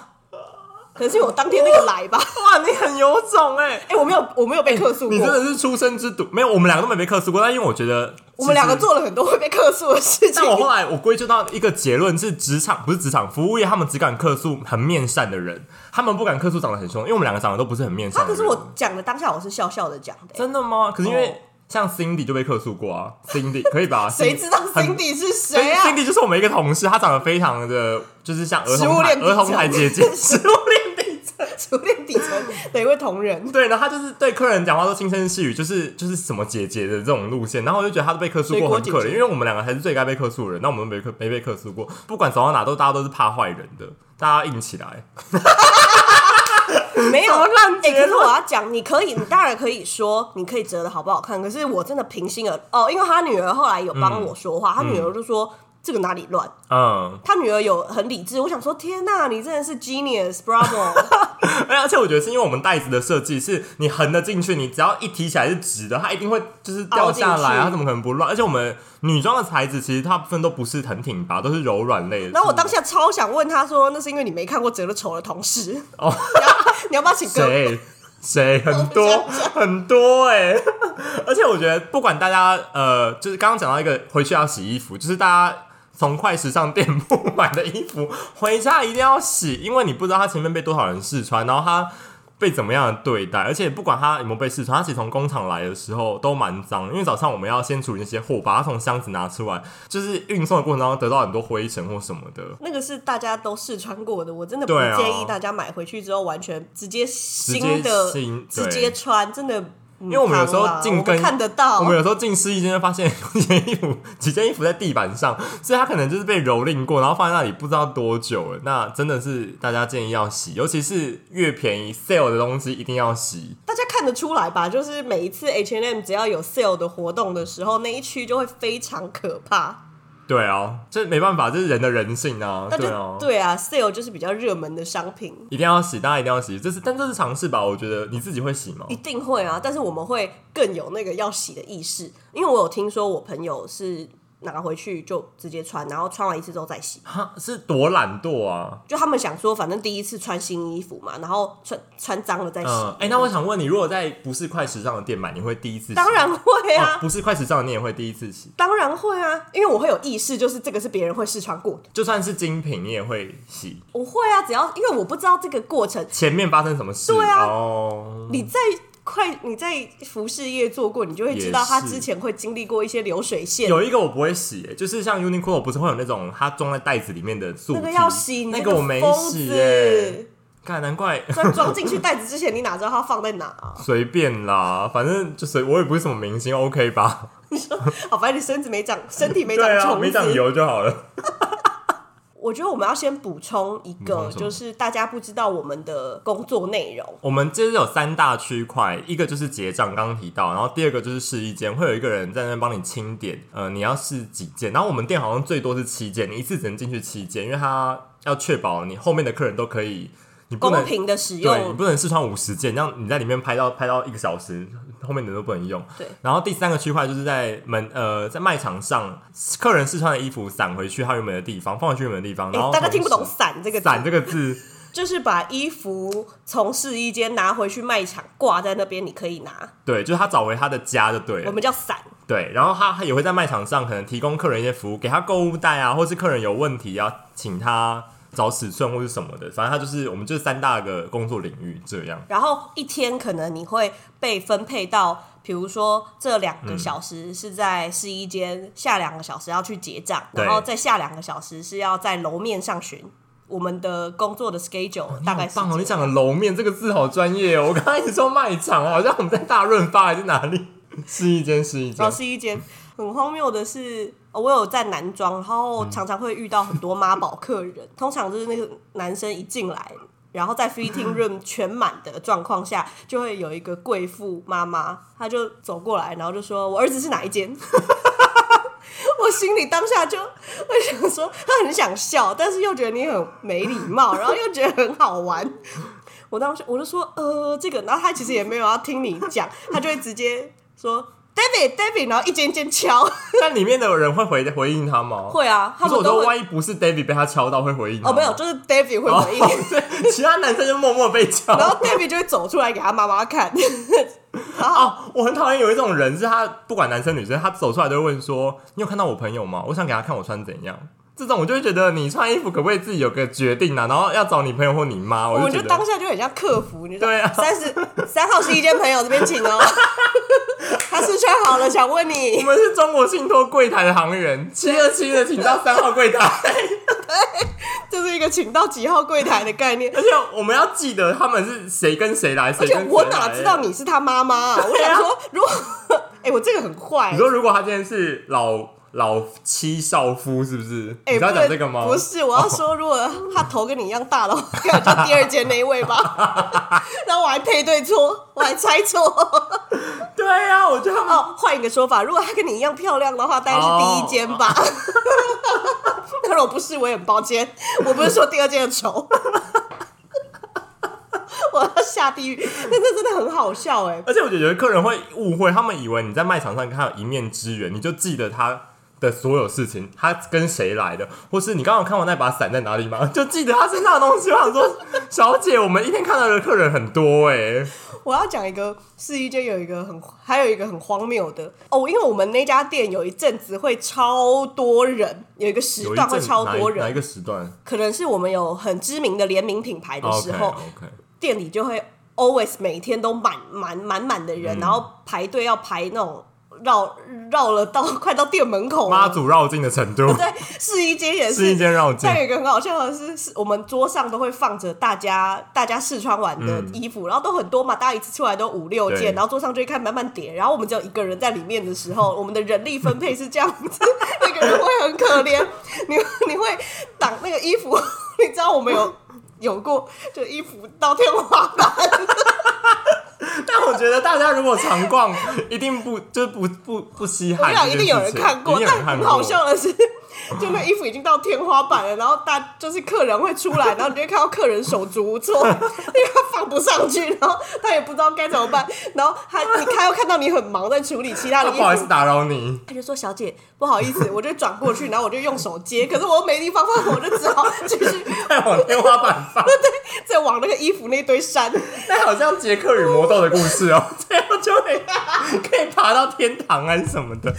[SPEAKER 2] 可能是因为我当天那个来吧。
[SPEAKER 1] 哇，你很有种哎、欸
[SPEAKER 2] 哎、我没有，我没有被客诉过、
[SPEAKER 1] 哎你真的是出生之犊，没有，我们两个都没被克诉过，但因为我觉得
[SPEAKER 2] 我们两个
[SPEAKER 1] 其实。
[SPEAKER 2] 做了很多会被客诉的事情
[SPEAKER 1] 但。我后来我归咎到一个结论是，职场不是职场服务业，他们只敢克诉很面善的人，他们不敢克诉长得很凶，因为我们两个长得都不是很面善
[SPEAKER 2] 他
[SPEAKER 1] 的
[SPEAKER 2] 啊
[SPEAKER 1] 人。
[SPEAKER 2] 可是我讲的当下，我是笑笑的讲的、欸
[SPEAKER 1] 真的吗？可是因为
[SPEAKER 2] 哦
[SPEAKER 1] 像 Cindy 就被客诉过啊，Cindy 可以吧？
[SPEAKER 2] 谁知道 Cindy 是谁啊
[SPEAKER 1] c i n d y 就是我们一个同事，她长得非常的，就是像儿
[SPEAKER 2] 食物
[SPEAKER 1] 童台
[SPEAKER 2] 链底层
[SPEAKER 1] 儿童台姐姐， 食物链底层。
[SPEAKER 2] 熟练底层哪位同 仁？
[SPEAKER 1] 对，然后她就是对客人讲话都轻声细语，就是就是什么姐姐的这种路线，然后我就觉得她都被客诉过很可
[SPEAKER 2] 水果
[SPEAKER 1] 怜，
[SPEAKER 2] 姐姐
[SPEAKER 1] 因为我们两个才是最该被客诉的人，那我们没客没被客诉过，不管走到哪都大家都是怕坏人的，大家硬起来。
[SPEAKER 2] 没有
[SPEAKER 1] 什么烂结
[SPEAKER 2] 哎、
[SPEAKER 1] 论
[SPEAKER 2] 可是我要讲，你可以，你当然可以说，你可以折的好不好看。可是我真的平心而哦，因为他女儿后来有帮我说话，他女儿就说、这个哪里乱，
[SPEAKER 1] 嗯，
[SPEAKER 2] 他女儿有很理智。我想说，天呐，你真的是 genius，bravo！
[SPEAKER 1] 哎而而且我觉得是因为我们袋子的设计是你横的进去，你只要一提起来是直的，它一定会就是掉下
[SPEAKER 2] 凹进
[SPEAKER 1] 来，啊
[SPEAKER 2] 去
[SPEAKER 1] 它怎么可能不乱？而且我们女装的材质其实大部分都不是很挺拔，都是柔软类的。
[SPEAKER 2] 然后我当下超想问他说，那是因为你没看过折的丑的同事
[SPEAKER 1] 哦
[SPEAKER 2] 哦，你要你要不要请各位？
[SPEAKER 1] 谁谁很多
[SPEAKER 2] 我
[SPEAKER 1] 很多哎、 而且我觉得不管大家呃，就是刚刚讲到一个回去要洗衣服，就是大家。从快时尚店铺买的衣服回家一定要洗，因为你不知道它前面被多少人试穿，然后它被怎么样的对待，而且不管它有没有被试穿，它其实从工厂来的时候都蛮脏，因为早上我们要先处理那些货，把它从箱子拿出来，就是运送的过程当中得到很多灰尘或什么的。
[SPEAKER 2] 那个是大家都试穿过的，我真的不
[SPEAKER 1] 对啊
[SPEAKER 2] 建议大家买回去之后完全直接新
[SPEAKER 1] 直
[SPEAKER 2] 的
[SPEAKER 1] 接新对
[SPEAKER 2] 直接穿，真的。因
[SPEAKER 1] 为我们有时候进更
[SPEAKER 2] 看得到，
[SPEAKER 1] 我们有时候进试衣间就发现 有几件衣服，几件衣服在地板上，所以它可能就是被蹂躏过，然后放在那里不知道多久了。那真的是大家建议要洗，尤其是越便宜 sale 的东西一定要洗。
[SPEAKER 2] 大家看得出来吧？就是每一次 H M 只要有 sale 的活动的时候，那一区就会非常可怕。
[SPEAKER 1] 对啊，这没办法，这是人的人性啊，
[SPEAKER 2] 那就
[SPEAKER 1] 对啊。
[SPEAKER 2] 对啊，sale 就是比较热门的商品，
[SPEAKER 1] 一定要洗，大家一定要洗，这是但这是尝试吧？我觉得你自己会洗吗
[SPEAKER 2] 一？定会啊。但是我们会更有那个要洗的意识，因为我有听说我朋友是拿回去就直接穿，然后穿完一次之后再洗。
[SPEAKER 1] 哈，是多懒惰啊！
[SPEAKER 2] 就他们想说，反正第一次穿新衣服嘛，然后穿穿脏了再洗。
[SPEAKER 1] 嗯，哎、那我想问你，如果在不是快时尚的店买，你会第一次洗？
[SPEAKER 2] 当然会啊
[SPEAKER 1] 哦，不是快时尚的你也会第一次洗，
[SPEAKER 2] 当然会啊，因为我会有意识，就是这个是别人会试穿过的。
[SPEAKER 1] 就算是精品你也会洗。
[SPEAKER 2] 我会啊，只要因为我不知道这个过程，
[SPEAKER 1] 前面发生什么事？
[SPEAKER 2] 对啊
[SPEAKER 1] 哦，
[SPEAKER 2] 你在快你在服饰业做过，你就会知道
[SPEAKER 1] 也是
[SPEAKER 2] 他之前会经历过一些流水线。
[SPEAKER 1] 有一个我不会洗、欸，就是像 Uniqlo 不是会有那种它装在袋子里面的素体，
[SPEAKER 2] 那个要洗，你
[SPEAKER 1] 那
[SPEAKER 2] 这
[SPEAKER 1] 个我没
[SPEAKER 2] 疯
[SPEAKER 1] 洗、欸，
[SPEAKER 2] 子，
[SPEAKER 1] 看难怪
[SPEAKER 2] 装装进去袋子之前，你哪知道它放在哪啊？
[SPEAKER 1] 随便啦，反正就随我也不是什么明星，OK 吧？
[SPEAKER 2] 好，哦反正你身子没长，身体 没长
[SPEAKER 1] 对啊，
[SPEAKER 2] 虫
[SPEAKER 1] 没长
[SPEAKER 2] 子。
[SPEAKER 1] 油就好了。
[SPEAKER 2] 我觉得我们要先补充一
[SPEAKER 1] 补
[SPEAKER 2] 个
[SPEAKER 1] 充，什么
[SPEAKER 2] 就是大家不知道我们的工作内容。
[SPEAKER 1] 我们这是有三大区块，一个就是结账，刚刚提到，然后第二个就是试衣间，会有一个人在那边帮你清点，呃，你要试几件，然后我们店好像最多是七件，你一次只能进去七件，因为它要确保你后面的客人都可以，你不能
[SPEAKER 2] 公平的使
[SPEAKER 1] 对，你
[SPEAKER 2] 用，
[SPEAKER 1] 不能试穿五十件，这样你在里面拍到拍到一个小时，后面的都不能用。
[SPEAKER 2] 对
[SPEAKER 1] 然后第三个区块就是在门呃在卖场上，客人试穿的衣服散回去他原本的地方，放回去原本的地方。然后
[SPEAKER 2] 哎诶大家听不懂“
[SPEAKER 1] 同时
[SPEAKER 2] 散”这个字，
[SPEAKER 1] 散这个字，
[SPEAKER 2] 就是把衣服从试衣间拿回去卖场挂在那边，你可以拿，
[SPEAKER 1] 对，就是他找回他的家就对
[SPEAKER 2] 我
[SPEAKER 1] 了。
[SPEAKER 2] 们叫散。
[SPEAKER 1] 对，然后他他也会在卖场上可能提供客人一些服务，给他购物袋啊，或是客人有问题要请他找尺寸或是什么的，反正他就是我们就是三大个工作领域这样。
[SPEAKER 2] 然后一天可能你会被分配到，比如说这两个小时是在试衣间，下两个小时要去结账，
[SPEAKER 1] 对
[SPEAKER 2] 然后再下两个小时是要在楼面上巡。我们的工作的 schedule 大概
[SPEAKER 1] 好
[SPEAKER 2] 是
[SPEAKER 1] 棒哦！
[SPEAKER 2] 这
[SPEAKER 1] 你
[SPEAKER 2] 样
[SPEAKER 1] 讲的楼面这个字好专业哦。我刚 才一直说卖场，好像我们在大润发还是哪里？ 试衣间，试衣间
[SPEAKER 2] 然后。试衣间很荒谬的是，哦我有在男装，然后常常会遇到很多妈宝客人， 通常就是那个男生一进来。然后在 fitting room 全满的状况下，就会有一个贵妇妈妈，她就走过来，然后就说：“我儿子是哪一间？” 我心里当下就会想说，她很想笑，但是又觉得你很没礼貌，然后又觉得很好玩。我当时我就说，呃，这个，然后他其实也没有要听你讲，他就会直接说 David David，然后一间一间敲。
[SPEAKER 1] 但里面的人会回回应他吗？。
[SPEAKER 2] 会啊，他
[SPEAKER 1] 可是我
[SPEAKER 2] 们都
[SPEAKER 1] 说，
[SPEAKER 2] 会。
[SPEAKER 1] 万一不是 David 被他敲到，会回应他
[SPEAKER 2] 哦，
[SPEAKER 1] 吗
[SPEAKER 2] 没有，就是 David 会回应，
[SPEAKER 1] 哦对， 其他男生就默默被敲。
[SPEAKER 2] 然后 David 就会走出来给他妈妈看。然后
[SPEAKER 1] 哦，我很讨厌有一种人，是他不管男生女生，他走出来都会问说：“你有看到我朋友吗？我想给他看我穿怎样。”这种我就会觉得你穿衣服可不可以自己有个决定啊？然后要找你朋友或你妈，
[SPEAKER 2] 我
[SPEAKER 1] 我
[SPEAKER 2] 们
[SPEAKER 1] 就觉
[SPEAKER 2] 就
[SPEAKER 1] 得
[SPEAKER 2] 当下就很像客服，你知道
[SPEAKER 1] 对啊
[SPEAKER 2] 三十三号试衣间朋友这边请哦， 他试穿好了，想问
[SPEAKER 1] 我
[SPEAKER 2] 你，
[SPEAKER 1] 们是中国信托柜台的行 员，七二七的请到三号柜台，
[SPEAKER 2] 这是一个请到几号柜台的概念。
[SPEAKER 1] 而且我们要记得他们是谁跟谁来，
[SPEAKER 2] 而
[SPEAKER 1] 谁
[SPEAKER 2] 且
[SPEAKER 1] 跟谁来。
[SPEAKER 2] 我哪知道？你是他妈妈、啊？我想说，如果 哎、我这个很坏、
[SPEAKER 1] 你说如果他今天是老老妻少夫，是不是？
[SPEAKER 2] 哎、
[SPEAKER 1] 你
[SPEAKER 2] 不
[SPEAKER 1] 要讲这个
[SPEAKER 2] 能
[SPEAKER 1] 吗？哦
[SPEAKER 2] 不是，我要说，如果他头跟你一样大的话， 那我就第二间那一位吧。 然后我还配对错，我还猜错。
[SPEAKER 1] 对呀、我觉得他们
[SPEAKER 2] 哦，换一个说法，如果他跟你一样漂亮的话，当然是第一间
[SPEAKER 1] 哦
[SPEAKER 2] 吧。那如果不是，我也很抱歉，我不是说第二间的丑。 我要下地狱，但这真的很好笑哎、
[SPEAKER 1] 而且我觉得有些客人会误会，他们以为你在卖场上看到一面之缘，你就记得他的所有事情，他跟谁来的，或是你刚刚看完那把伞在哪里吗？就记得他身上的东西。我想说，小姐，我们一天看到的客人很多哎、
[SPEAKER 2] 我要讲一个试衣间有一个很，还有一个很荒谬的哦，因为我们那家店有一阵子会超多人，有一个时
[SPEAKER 1] 有一
[SPEAKER 2] 段会
[SPEAKER 1] 阵
[SPEAKER 2] 超
[SPEAKER 1] 哪一
[SPEAKER 2] 多
[SPEAKER 1] 哪一
[SPEAKER 2] 人，
[SPEAKER 1] 个时段
[SPEAKER 2] 可能是我们有很知名的联名品牌的时候
[SPEAKER 1] o k
[SPEAKER 2] 店里就会 always 每天都满满满满的人，
[SPEAKER 1] 嗯
[SPEAKER 2] 然后排队要排那种绕绕了到快到店门口
[SPEAKER 1] OK，妈
[SPEAKER 2] 了。
[SPEAKER 1] 祖绕境的程度，
[SPEAKER 2] 哦对，试衣间也
[SPEAKER 1] 是一
[SPEAKER 2] 是。
[SPEAKER 1] 间绕境
[SPEAKER 2] 但。有一个很好笑的是，是我们桌上都会放着大家大家试穿完的衣服，然后都很多嘛，大家一次出来都五六
[SPEAKER 1] 对
[SPEAKER 2] 件，然后桌上就会看慢慢叠。然后我们只有一个人在里面的时候，我们的人力分配是这样子， 那个人会很可怜，你你会挡那个衣服， 你知道我们有有过，就衣服到天花板。
[SPEAKER 1] 但我觉得大家如果常逛，一定不 就是不不不稀
[SPEAKER 2] 我
[SPEAKER 1] 罕这
[SPEAKER 2] 想
[SPEAKER 1] 件事情。
[SPEAKER 2] 一定有人看过
[SPEAKER 1] 一，定有
[SPEAKER 2] 但
[SPEAKER 1] 人看
[SPEAKER 2] 很
[SPEAKER 1] 过。
[SPEAKER 2] 好笑的是， 就那衣服已经到天花板了，然后大就是客人会出 来，然后你就会看到客人手足无措，因 为他放不上去，然后他也不知道该怎么办，然后他你他又看到你很忙在处理其他
[SPEAKER 1] 那
[SPEAKER 2] 的
[SPEAKER 1] 哦不好
[SPEAKER 2] 衣
[SPEAKER 1] 意
[SPEAKER 2] 服
[SPEAKER 1] 思。打扰你，
[SPEAKER 2] 他就说：“小姐，不好意思，我就转过去，然后我就用手接，可是我又没地方放，我就只好继续
[SPEAKER 1] 再往天花板放。
[SPEAKER 2] 再往那个衣服那堆山。
[SPEAKER 1] 那好像杰克与魔豆的故事哦， 这样就会可以爬到天堂啊什么的。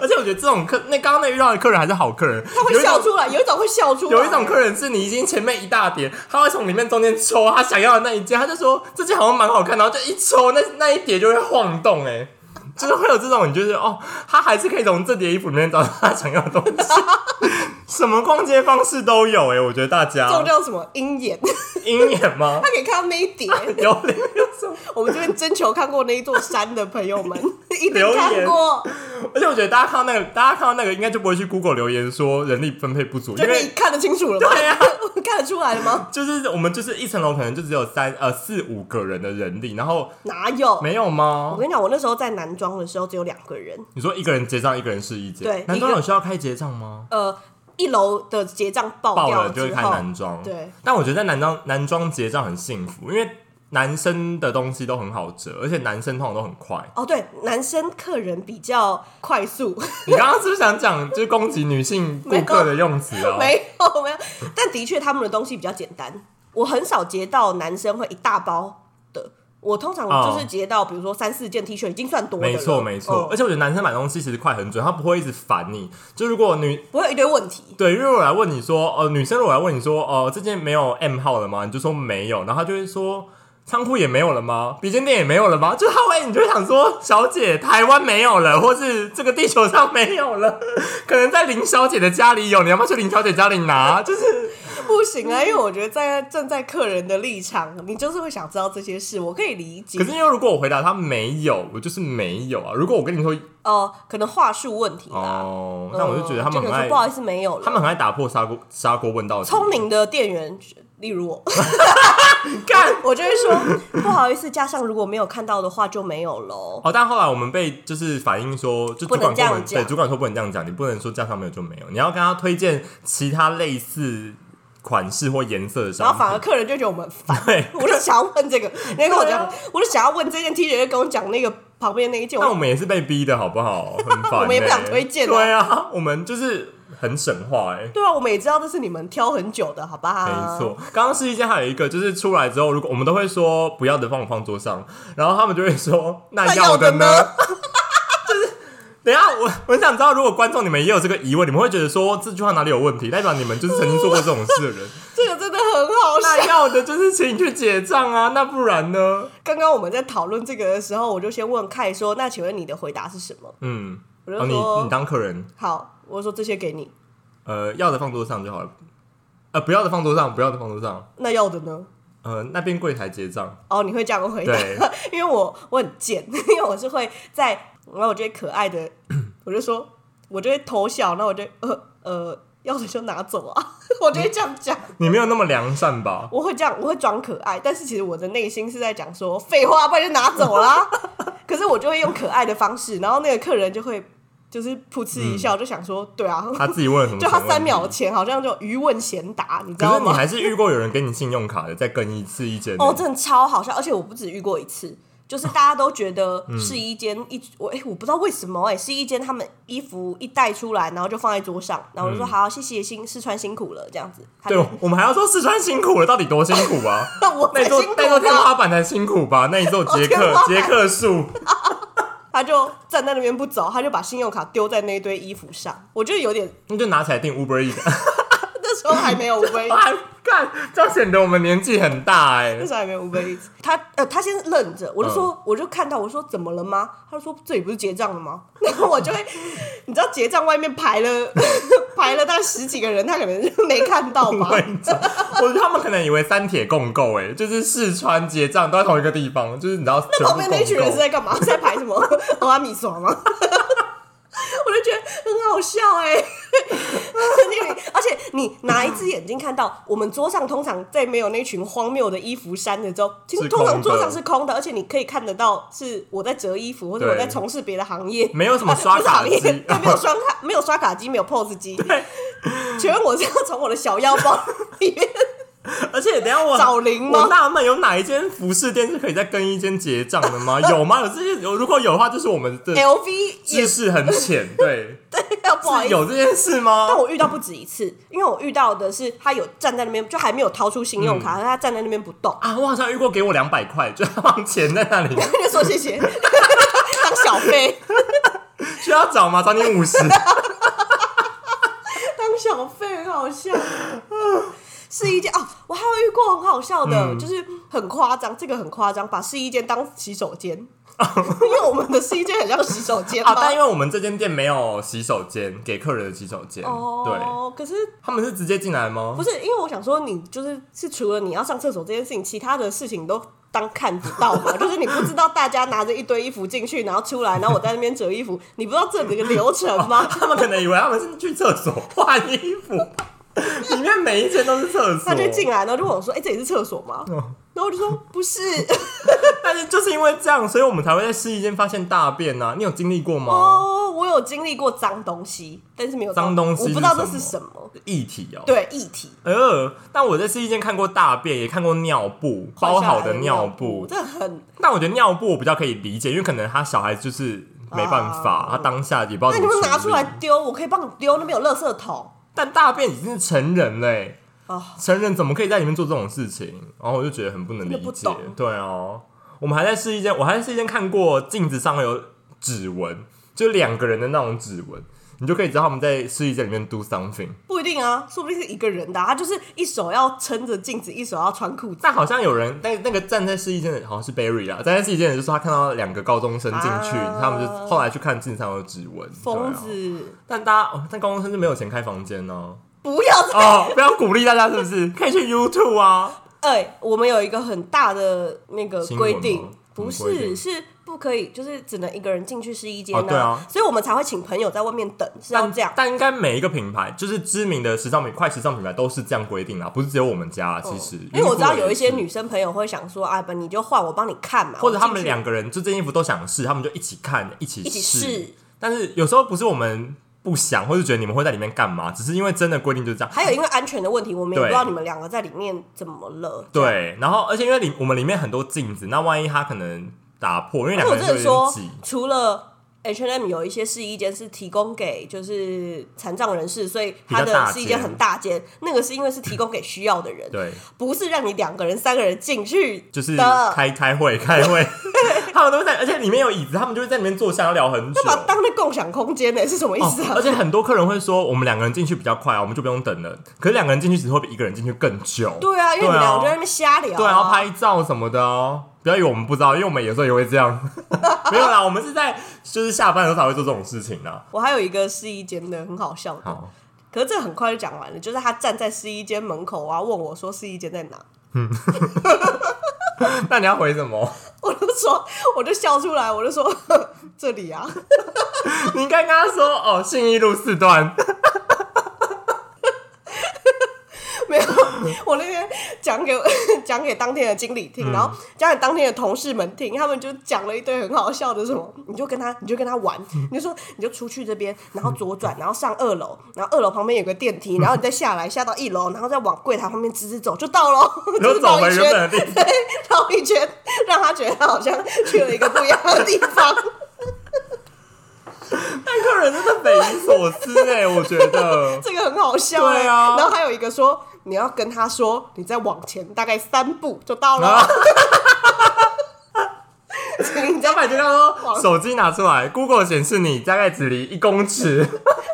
[SPEAKER 1] 而且我觉得这种客，那刚刚那遇到的客人还是好客人，
[SPEAKER 2] 他会
[SPEAKER 1] 有一种
[SPEAKER 2] 笑出来，有一种会笑 出来，
[SPEAKER 1] 有一种客人是你已经前面一大叠，他会从里面中间抽他想要的那一件，他就说这件好像蛮好看，然后就一抽那那一叠就会晃动、哎， 就是会有这种，你就是哦，他还是可以从这叠衣服里面找到他想要的东西， 什么逛街方式都有、哎，我觉得大
[SPEAKER 2] 这种
[SPEAKER 1] 家
[SPEAKER 2] 叫什么鹰眼？
[SPEAKER 1] 鹰眼吗
[SPEAKER 2] 他？可以看到那一叠，
[SPEAKER 1] 有没有什么？
[SPEAKER 2] 我们这边征求看过那一座山的朋 友们，一定
[SPEAKER 1] 留言
[SPEAKER 2] 看过，
[SPEAKER 1] 而且我觉得大家看到那个，大家看到那个，应该就不会去 Google 留言说人力分配不足，
[SPEAKER 2] 就
[SPEAKER 1] 因
[SPEAKER 2] 可以
[SPEAKER 1] 为
[SPEAKER 2] 看得清楚了吧？
[SPEAKER 1] 对啊
[SPEAKER 2] 看得出来了吗？
[SPEAKER 1] 就是我们就是一层楼可能就只有三呃四五个人的人力，然后
[SPEAKER 2] 哪有？
[SPEAKER 1] 没有吗
[SPEAKER 2] 我？跟你讲，我那时候在男装的时候只有两个人，
[SPEAKER 1] 你说一个人结账，一个人试衣结，
[SPEAKER 2] 对
[SPEAKER 1] 男
[SPEAKER 2] 一个
[SPEAKER 1] 装有需要开结账吗？
[SPEAKER 2] 呃，一楼的结账爆
[SPEAKER 1] 爆
[SPEAKER 2] 掉
[SPEAKER 1] 了就会
[SPEAKER 2] 之
[SPEAKER 1] 开
[SPEAKER 2] 后，
[SPEAKER 1] 男装，
[SPEAKER 2] 对。
[SPEAKER 1] 但我觉得在男装男装结账很幸福，因为男生的东西都很好折，而且男生通常都很 快。
[SPEAKER 2] 哦，对，男生客人比较快速，
[SPEAKER 1] 你刚刚是不是想讲就是攻击女性顾客的用词啊？
[SPEAKER 2] 没有没有，但的确他们的东西比较简单，我很少截到男生会一大包的，我通常就是
[SPEAKER 1] 哦
[SPEAKER 2] 截到比如说三四件 T 恤已经算多的了，
[SPEAKER 1] 没错没错，
[SPEAKER 2] 嗯
[SPEAKER 1] 而且我觉得男生买东西其实快很准，他不会一直烦你。就如果女
[SPEAKER 2] 不会有一堆问题。
[SPEAKER 1] 对，因为我来问你说，呃，女生如果来问你说，哦、这件没有 M 号了吗？你就说没有，然后她就会说。仓库也没有了吗？笔尖店也没有了吗？就他会，你就会想说，小姐，台湾没有了，或是这个地球上没有了，可能在林小姐的家里有，你要不要去林小姐家里拿？就是
[SPEAKER 2] 不行
[SPEAKER 1] 嗯
[SPEAKER 2] 啊，因为我觉得在站在客人的立场，你就是会想知道这些事，我可以理解
[SPEAKER 1] 可。是因为如果我回答他没有，我就是没有啊。如果我跟你说
[SPEAKER 2] 哦、可能话术问题啦。嗯
[SPEAKER 1] 哦，那我就觉得他们
[SPEAKER 2] 可
[SPEAKER 1] 很
[SPEAKER 2] 能
[SPEAKER 1] 爱
[SPEAKER 2] 说不，好意思没有了。
[SPEAKER 1] 他们很爱打破砂锅砂锅问到底。
[SPEAKER 2] 聪明的店员，例如我，
[SPEAKER 1] 干，
[SPEAKER 2] 我就会说不好意思，加上如果没有看到的话就没有喽。
[SPEAKER 1] 哦，但后来我们被就是反映说，就主
[SPEAKER 2] 不能
[SPEAKER 1] 管
[SPEAKER 2] 这
[SPEAKER 1] 跟
[SPEAKER 2] 样
[SPEAKER 1] 我们对
[SPEAKER 2] 讲
[SPEAKER 1] 主管说不能这样讲，你不能说架上没有就没有，你要跟他推荐其他类似款式或颜色的
[SPEAKER 2] 然
[SPEAKER 1] 商
[SPEAKER 2] 后
[SPEAKER 1] 品。
[SPEAKER 2] 反而客人就觉得我们很 烦，
[SPEAKER 1] 对，
[SPEAKER 2] 我就想要问这个，你跟我
[SPEAKER 1] 对啊
[SPEAKER 2] 讲，我就想要问这件 T 恤，就跟我讲那个旁边那一件，
[SPEAKER 1] 那我
[SPEAKER 2] 我
[SPEAKER 1] 们也是被逼的好不好？很烦、欸，
[SPEAKER 2] 我们也不想推荐啊
[SPEAKER 1] 对啊，我们就是很神话哎、
[SPEAKER 2] 对啊，我们也知道这是你们挑很久的，好不好？
[SPEAKER 1] 没错，刚刚试衣间还有一个，就是出来之后，如果我们都会说不要的放我放桌上，然后他们就会说那
[SPEAKER 2] 那
[SPEAKER 1] 要
[SPEAKER 2] 要
[SPEAKER 1] 的
[SPEAKER 2] 的
[SPEAKER 1] 呢？
[SPEAKER 2] 呢
[SPEAKER 1] 就是等一下我我很想知道，如果 观众你们也有这个疑问，你们会觉得说这句话哪里有问题？代表你们就是曾经做过这种事的人。
[SPEAKER 2] 这个真的的很好笑。
[SPEAKER 1] 那要的就是请去结账啊，那不然呢？
[SPEAKER 2] 刚刚我们在讨论这个的时候，我就先问凯说：“那请问你的回答是什么
[SPEAKER 1] 嗯，？”
[SPEAKER 2] 我就
[SPEAKER 1] 哦，
[SPEAKER 2] 说：“
[SPEAKER 1] 你你当客人，
[SPEAKER 2] 好。”我就说：“这些给你。
[SPEAKER 1] 呃，要的放桌上就好了，呃，不要的放桌上，不要的放桌上，”
[SPEAKER 2] 那要的呢？
[SPEAKER 1] 呃，那边柜台结账，
[SPEAKER 2] 哦，你会这样 回答？
[SPEAKER 1] 对，
[SPEAKER 2] 因为我我很贱， 因为我是会在，然后我觉得可 爱的，我就说，我就会偷笑，那我就呃呃，要的就拿走啊， 我就会这样讲，
[SPEAKER 1] 你没有那么良善吧？
[SPEAKER 2] 我会这样，我会装可爱，但是其实我的内心是在讲说，废话，不然就拿走啦。 可是我就会用可爱的方式，然后那个客人就会就是噗嗤一
[SPEAKER 1] 嗯
[SPEAKER 2] 笑，就想说，对啊，
[SPEAKER 1] 他自己问了什么？
[SPEAKER 2] 就他三秒。前好像就余问闲答，你知
[SPEAKER 1] 可
[SPEAKER 2] 道
[SPEAKER 1] 是你
[SPEAKER 2] 吗？
[SPEAKER 1] 还是遇过有人给你信用卡的，再跟一次一间
[SPEAKER 2] 哦，真的超好笑，而且我不止遇过一次，就是大家都觉得试衣间一直我哎、我不知道为什么哎、试衣间他们衣服一带出来，然后就放在桌上，然后我就说、好，谢谢辛试穿辛苦了这样子。他
[SPEAKER 1] 嗯对
[SPEAKER 2] 就，
[SPEAKER 1] 我们还要说四川辛苦了，到底多辛苦啊？
[SPEAKER 2] 我
[SPEAKER 1] 那
[SPEAKER 2] 才
[SPEAKER 1] 一座
[SPEAKER 2] 辛
[SPEAKER 1] 那一座
[SPEAKER 2] 苦
[SPEAKER 1] 天
[SPEAKER 2] 吧，
[SPEAKER 1] 花板才辛苦吧？那一座杰
[SPEAKER 2] 哦天花
[SPEAKER 1] 克
[SPEAKER 2] 板
[SPEAKER 1] 杰克树，
[SPEAKER 2] 他就站在那边不走，他就把信用卡丢在那一堆衣服上，我就有点
[SPEAKER 1] 那就拿起来订 Uber E 的。
[SPEAKER 2] 那时候还没有 u b
[SPEAKER 1] 啊，干，这样显得我们年纪很大哎、
[SPEAKER 2] 那时候还没有 Uber Eats，他呃，他先愣着，我就说，我就看到，我说怎么了吗？他就说这里不是结账的吗？然后我就会，你知道结账外面排了 排了大概十几个人，他可能就没看到吧
[SPEAKER 1] 我。跟你讲，我觉得他们可能以为三铁共购哎、就是四川结账都在同一个地方，就是你知道全部
[SPEAKER 2] 旁边那群人
[SPEAKER 1] 共
[SPEAKER 2] 是
[SPEAKER 1] 购。
[SPEAKER 2] 在干嘛？是 在排什么欧阿米索吗？ 我就觉得很好笑哎、 因为而且你拿一只眼睛看到，我们桌上通常在没有那群荒谬的衣服衫的时候，其实
[SPEAKER 1] 是
[SPEAKER 2] 通常
[SPEAKER 1] 空的
[SPEAKER 2] 桌上是空的，而且你可以看得到是我在折衣服，或者我
[SPEAKER 1] 对
[SPEAKER 2] 在从事别的行业，
[SPEAKER 1] 没有什么刷卡
[SPEAKER 2] 不是
[SPEAKER 1] 机
[SPEAKER 2] 行业，对，没有刷卡，没有刷卡机，没有 POS 机。请问我是要从我的小腰包里面
[SPEAKER 1] 而且等一下我
[SPEAKER 2] 找零吗
[SPEAKER 1] 我纳闷有哪一间服饰店是可以在更衣间结账的吗？有吗？有这些有，如果有的话， 就是我们的
[SPEAKER 2] LV 也
[SPEAKER 1] 知识很浅，对，
[SPEAKER 2] 要 不好意
[SPEAKER 1] 是
[SPEAKER 2] 思
[SPEAKER 1] 有这件事吗
[SPEAKER 2] 但？我遇到不止一次，因为我遇到的是他有站在那边，就还没有掏出信
[SPEAKER 1] 嗯
[SPEAKER 2] 用卡，但他站在那边不动，
[SPEAKER 1] 啊，我好像遇过给我两百块，就放钱在那里，
[SPEAKER 2] 他就说谢谢， 当小费，
[SPEAKER 1] 需要找吗？找你五十。
[SPEAKER 2] 当小费，很好笑。试衣间哦，我还有遇过很好笑的，
[SPEAKER 1] 嗯
[SPEAKER 2] 就是很夸张，这个很夸张，把试衣间当洗手 间，因为我们的试衣间很像洗手间嘛
[SPEAKER 1] 啊，但因为我们这间店没有洗手间，给客人的洗手间。对，
[SPEAKER 2] 哦，可是
[SPEAKER 1] 他们是直接进来吗？
[SPEAKER 2] 不是，因为我想说，你就是是除了你要上厕所这件事情，其他的事情都当看不到 嘛，就是你不知道大家拿着一堆衣服进去，然后出来，然后我在那边折衣服，你不知道这里的流程 吗？
[SPEAKER 1] 他们可能以为他们是去厕所换衣服，里面每一间都是厕所。
[SPEAKER 2] 他就进来，然后就问我说：“哎、这里是厕所
[SPEAKER 1] 哦
[SPEAKER 2] 吗？”然后我就说：“不是。
[SPEAKER 1] 但是就是因为这样，所以我们才会在试衣间发现大便啊呐、你有经历过”吗？
[SPEAKER 2] 哦，我有经历过脏东西，但是没有
[SPEAKER 1] 脏东西
[SPEAKER 2] 我
[SPEAKER 1] 是
[SPEAKER 2] 不知道这
[SPEAKER 1] 什
[SPEAKER 2] 是
[SPEAKER 1] 么
[SPEAKER 2] 什么。
[SPEAKER 1] 液体哦、
[SPEAKER 2] 对，液体
[SPEAKER 1] 呃，但我在试衣间看过大便，也看过尿布，包好的
[SPEAKER 2] 尿
[SPEAKER 1] 尿布。
[SPEAKER 2] 这很……
[SPEAKER 1] 但我觉得尿布我比较可以理解，因为可能他小孩就是没办法，
[SPEAKER 2] 啊
[SPEAKER 1] 他当下也不知道
[SPEAKER 2] 那
[SPEAKER 1] 怎
[SPEAKER 2] 你
[SPEAKER 1] 么
[SPEAKER 2] 们拿
[SPEAKER 1] 处
[SPEAKER 2] 出
[SPEAKER 1] 理
[SPEAKER 2] 来丢，我可以帮你丢，那边有垃圾桶。
[SPEAKER 1] 但大便已经是成人嘞、
[SPEAKER 2] 哦
[SPEAKER 1] 成人怎么可以在里面做这种事情？然后我就觉得很不能理
[SPEAKER 2] 真的不
[SPEAKER 1] 解
[SPEAKER 2] 懂。
[SPEAKER 1] 对哦，我们还在试衣间，我还在试衣间看过镜子上面有指纹，就两个人的那种指纹，你就可以知道他们在试衣间里面 do something。
[SPEAKER 2] 不一定啊，说不定是一个人的啊、他就是一手要撑着镜子，一手要穿裤子
[SPEAKER 1] 但好像有人，那那个站在试衣间的好像是 Barry 啊，站在试衣间的就说他看到两个高中生进去，
[SPEAKER 2] 啊
[SPEAKER 1] 他们就后来去看镜子上有指纹。
[SPEAKER 2] 疯
[SPEAKER 1] 对啊！
[SPEAKER 2] 子，
[SPEAKER 1] 但大家，哦但高中生就没有钱开房间呢、
[SPEAKER 2] 不要这！
[SPEAKER 1] 哦，不要鼓励大家，是不是？ 可以去 YouTube 啊。
[SPEAKER 2] 哎、我们有一个很大的那个
[SPEAKER 1] 新闻
[SPEAKER 2] 规
[SPEAKER 1] 吗
[SPEAKER 2] 定，
[SPEAKER 1] 什么
[SPEAKER 2] 不
[SPEAKER 1] 规
[SPEAKER 2] 是
[SPEAKER 1] 定
[SPEAKER 2] 是不可以，就是只能一个人进去试衣间
[SPEAKER 1] 哦对啊
[SPEAKER 2] 所以我们才会请朋友在外面等，是要
[SPEAKER 1] 但
[SPEAKER 2] 这样。
[SPEAKER 1] 但应该每一个品牌，就是知名的时尚品、快时尚品牌都是这样规定啊，不是只有我们家啊。其实，
[SPEAKER 2] 哦因为我知道有一些
[SPEAKER 1] 优衣库也
[SPEAKER 2] 女生朋友会想说，啊不，你就换我帮你看嘛，
[SPEAKER 1] 是，或者
[SPEAKER 2] 我
[SPEAKER 1] 他
[SPEAKER 2] 进
[SPEAKER 1] 们
[SPEAKER 2] 去
[SPEAKER 1] 两个人就这件衣服都想试，他们就一起看，一起
[SPEAKER 2] 一起试。
[SPEAKER 1] 但是有时候不是我们不想，或是觉得你们会在里面干嘛，只是因为真的规定就是这样。
[SPEAKER 2] 还有因为安全的问题，我们也不
[SPEAKER 1] 对
[SPEAKER 2] 知道你们两个在里面怎么了。
[SPEAKER 1] 对，然后而且因为里我们里面很多镜子，那万一他可能打破，因为
[SPEAKER 2] 但
[SPEAKER 1] 两
[SPEAKER 2] 我
[SPEAKER 1] 个
[SPEAKER 2] 真
[SPEAKER 1] 人
[SPEAKER 2] 的
[SPEAKER 1] 就有
[SPEAKER 2] 说
[SPEAKER 1] 点挤。，
[SPEAKER 2] 除了 H M 有一些试衣间是提供给就是残障人士，所以它
[SPEAKER 1] 比较大间
[SPEAKER 2] 的试衣间很大间，那个是因为是提供给需要的人，
[SPEAKER 1] 对，
[SPEAKER 2] 不是让你两个人、三个人进去的，
[SPEAKER 1] 就是开开会，开会，他们都会在，而且里面有椅子，他们就会在里面坐下要聊很久哦
[SPEAKER 2] 就。把它当那共享空间呢、是什么意思啊？
[SPEAKER 1] 而且很多客人会说，我们两个人进去比较快啊，我们就不用等了。可是两个人进去只会比一个人进去更久。
[SPEAKER 2] 对啊，因为你
[SPEAKER 1] 对
[SPEAKER 2] 们
[SPEAKER 1] 啊
[SPEAKER 2] 两个在那边瞎聊、啊，
[SPEAKER 1] 对，然后拍照什么的哦。不要以为我们不知道，因为我们有时候也会这 样。没有啦，我们是在就是下班的时候才会做这种事情啊啦。
[SPEAKER 2] 我还有一个试衣间的很好笑的，
[SPEAKER 1] 好，
[SPEAKER 2] 可是这很快就讲完了，就是他站在试衣间门口啊，问我说试衣间在哪，
[SPEAKER 1] 那你要回什么？
[SPEAKER 2] 我就说我就笑出来，我就说 呵这里啊，
[SPEAKER 1] 你应该跟他说哦，信义路四段。
[SPEAKER 2] 没有，我那天讲给 讲给当天的经理
[SPEAKER 1] 嗯
[SPEAKER 2] 听，然后讲给当天的同事们听，他们就讲了一堆很好笑的什么，你就跟他你就跟他玩，你就说你就出去这边，然后左转，然后上二楼，然后二楼旁边有个电梯，然后你再下来下到一楼，然后再往柜台旁边直直走就到喽，
[SPEAKER 1] 你就走
[SPEAKER 2] 绕
[SPEAKER 1] 回
[SPEAKER 2] 一
[SPEAKER 1] 原本
[SPEAKER 2] 圈，
[SPEAKER 1] 的地 方。
[SPEAKER 2] 对， 绕一圈，让他觉得他好像去了一个不一样的地 方。
[SPEAKER 1] 但客人真的匪夷所思哎、我觉 得。
[SPEAKER 2] 这个很好笑、欸。
[SPEAKER 1] 对啊
[SPEAKER 2] 然后还有一个说，你要跟他说，你再往前大概三步就到
[SPEAKER 1] 然后
[SPEAKER 2] 了。 你
[SPEAKER 1] 老
[SPEAKER 2] 再
[SPEAKER 1] 板就跟他说，手机拿出来，Google 显示你大概只离一公 尺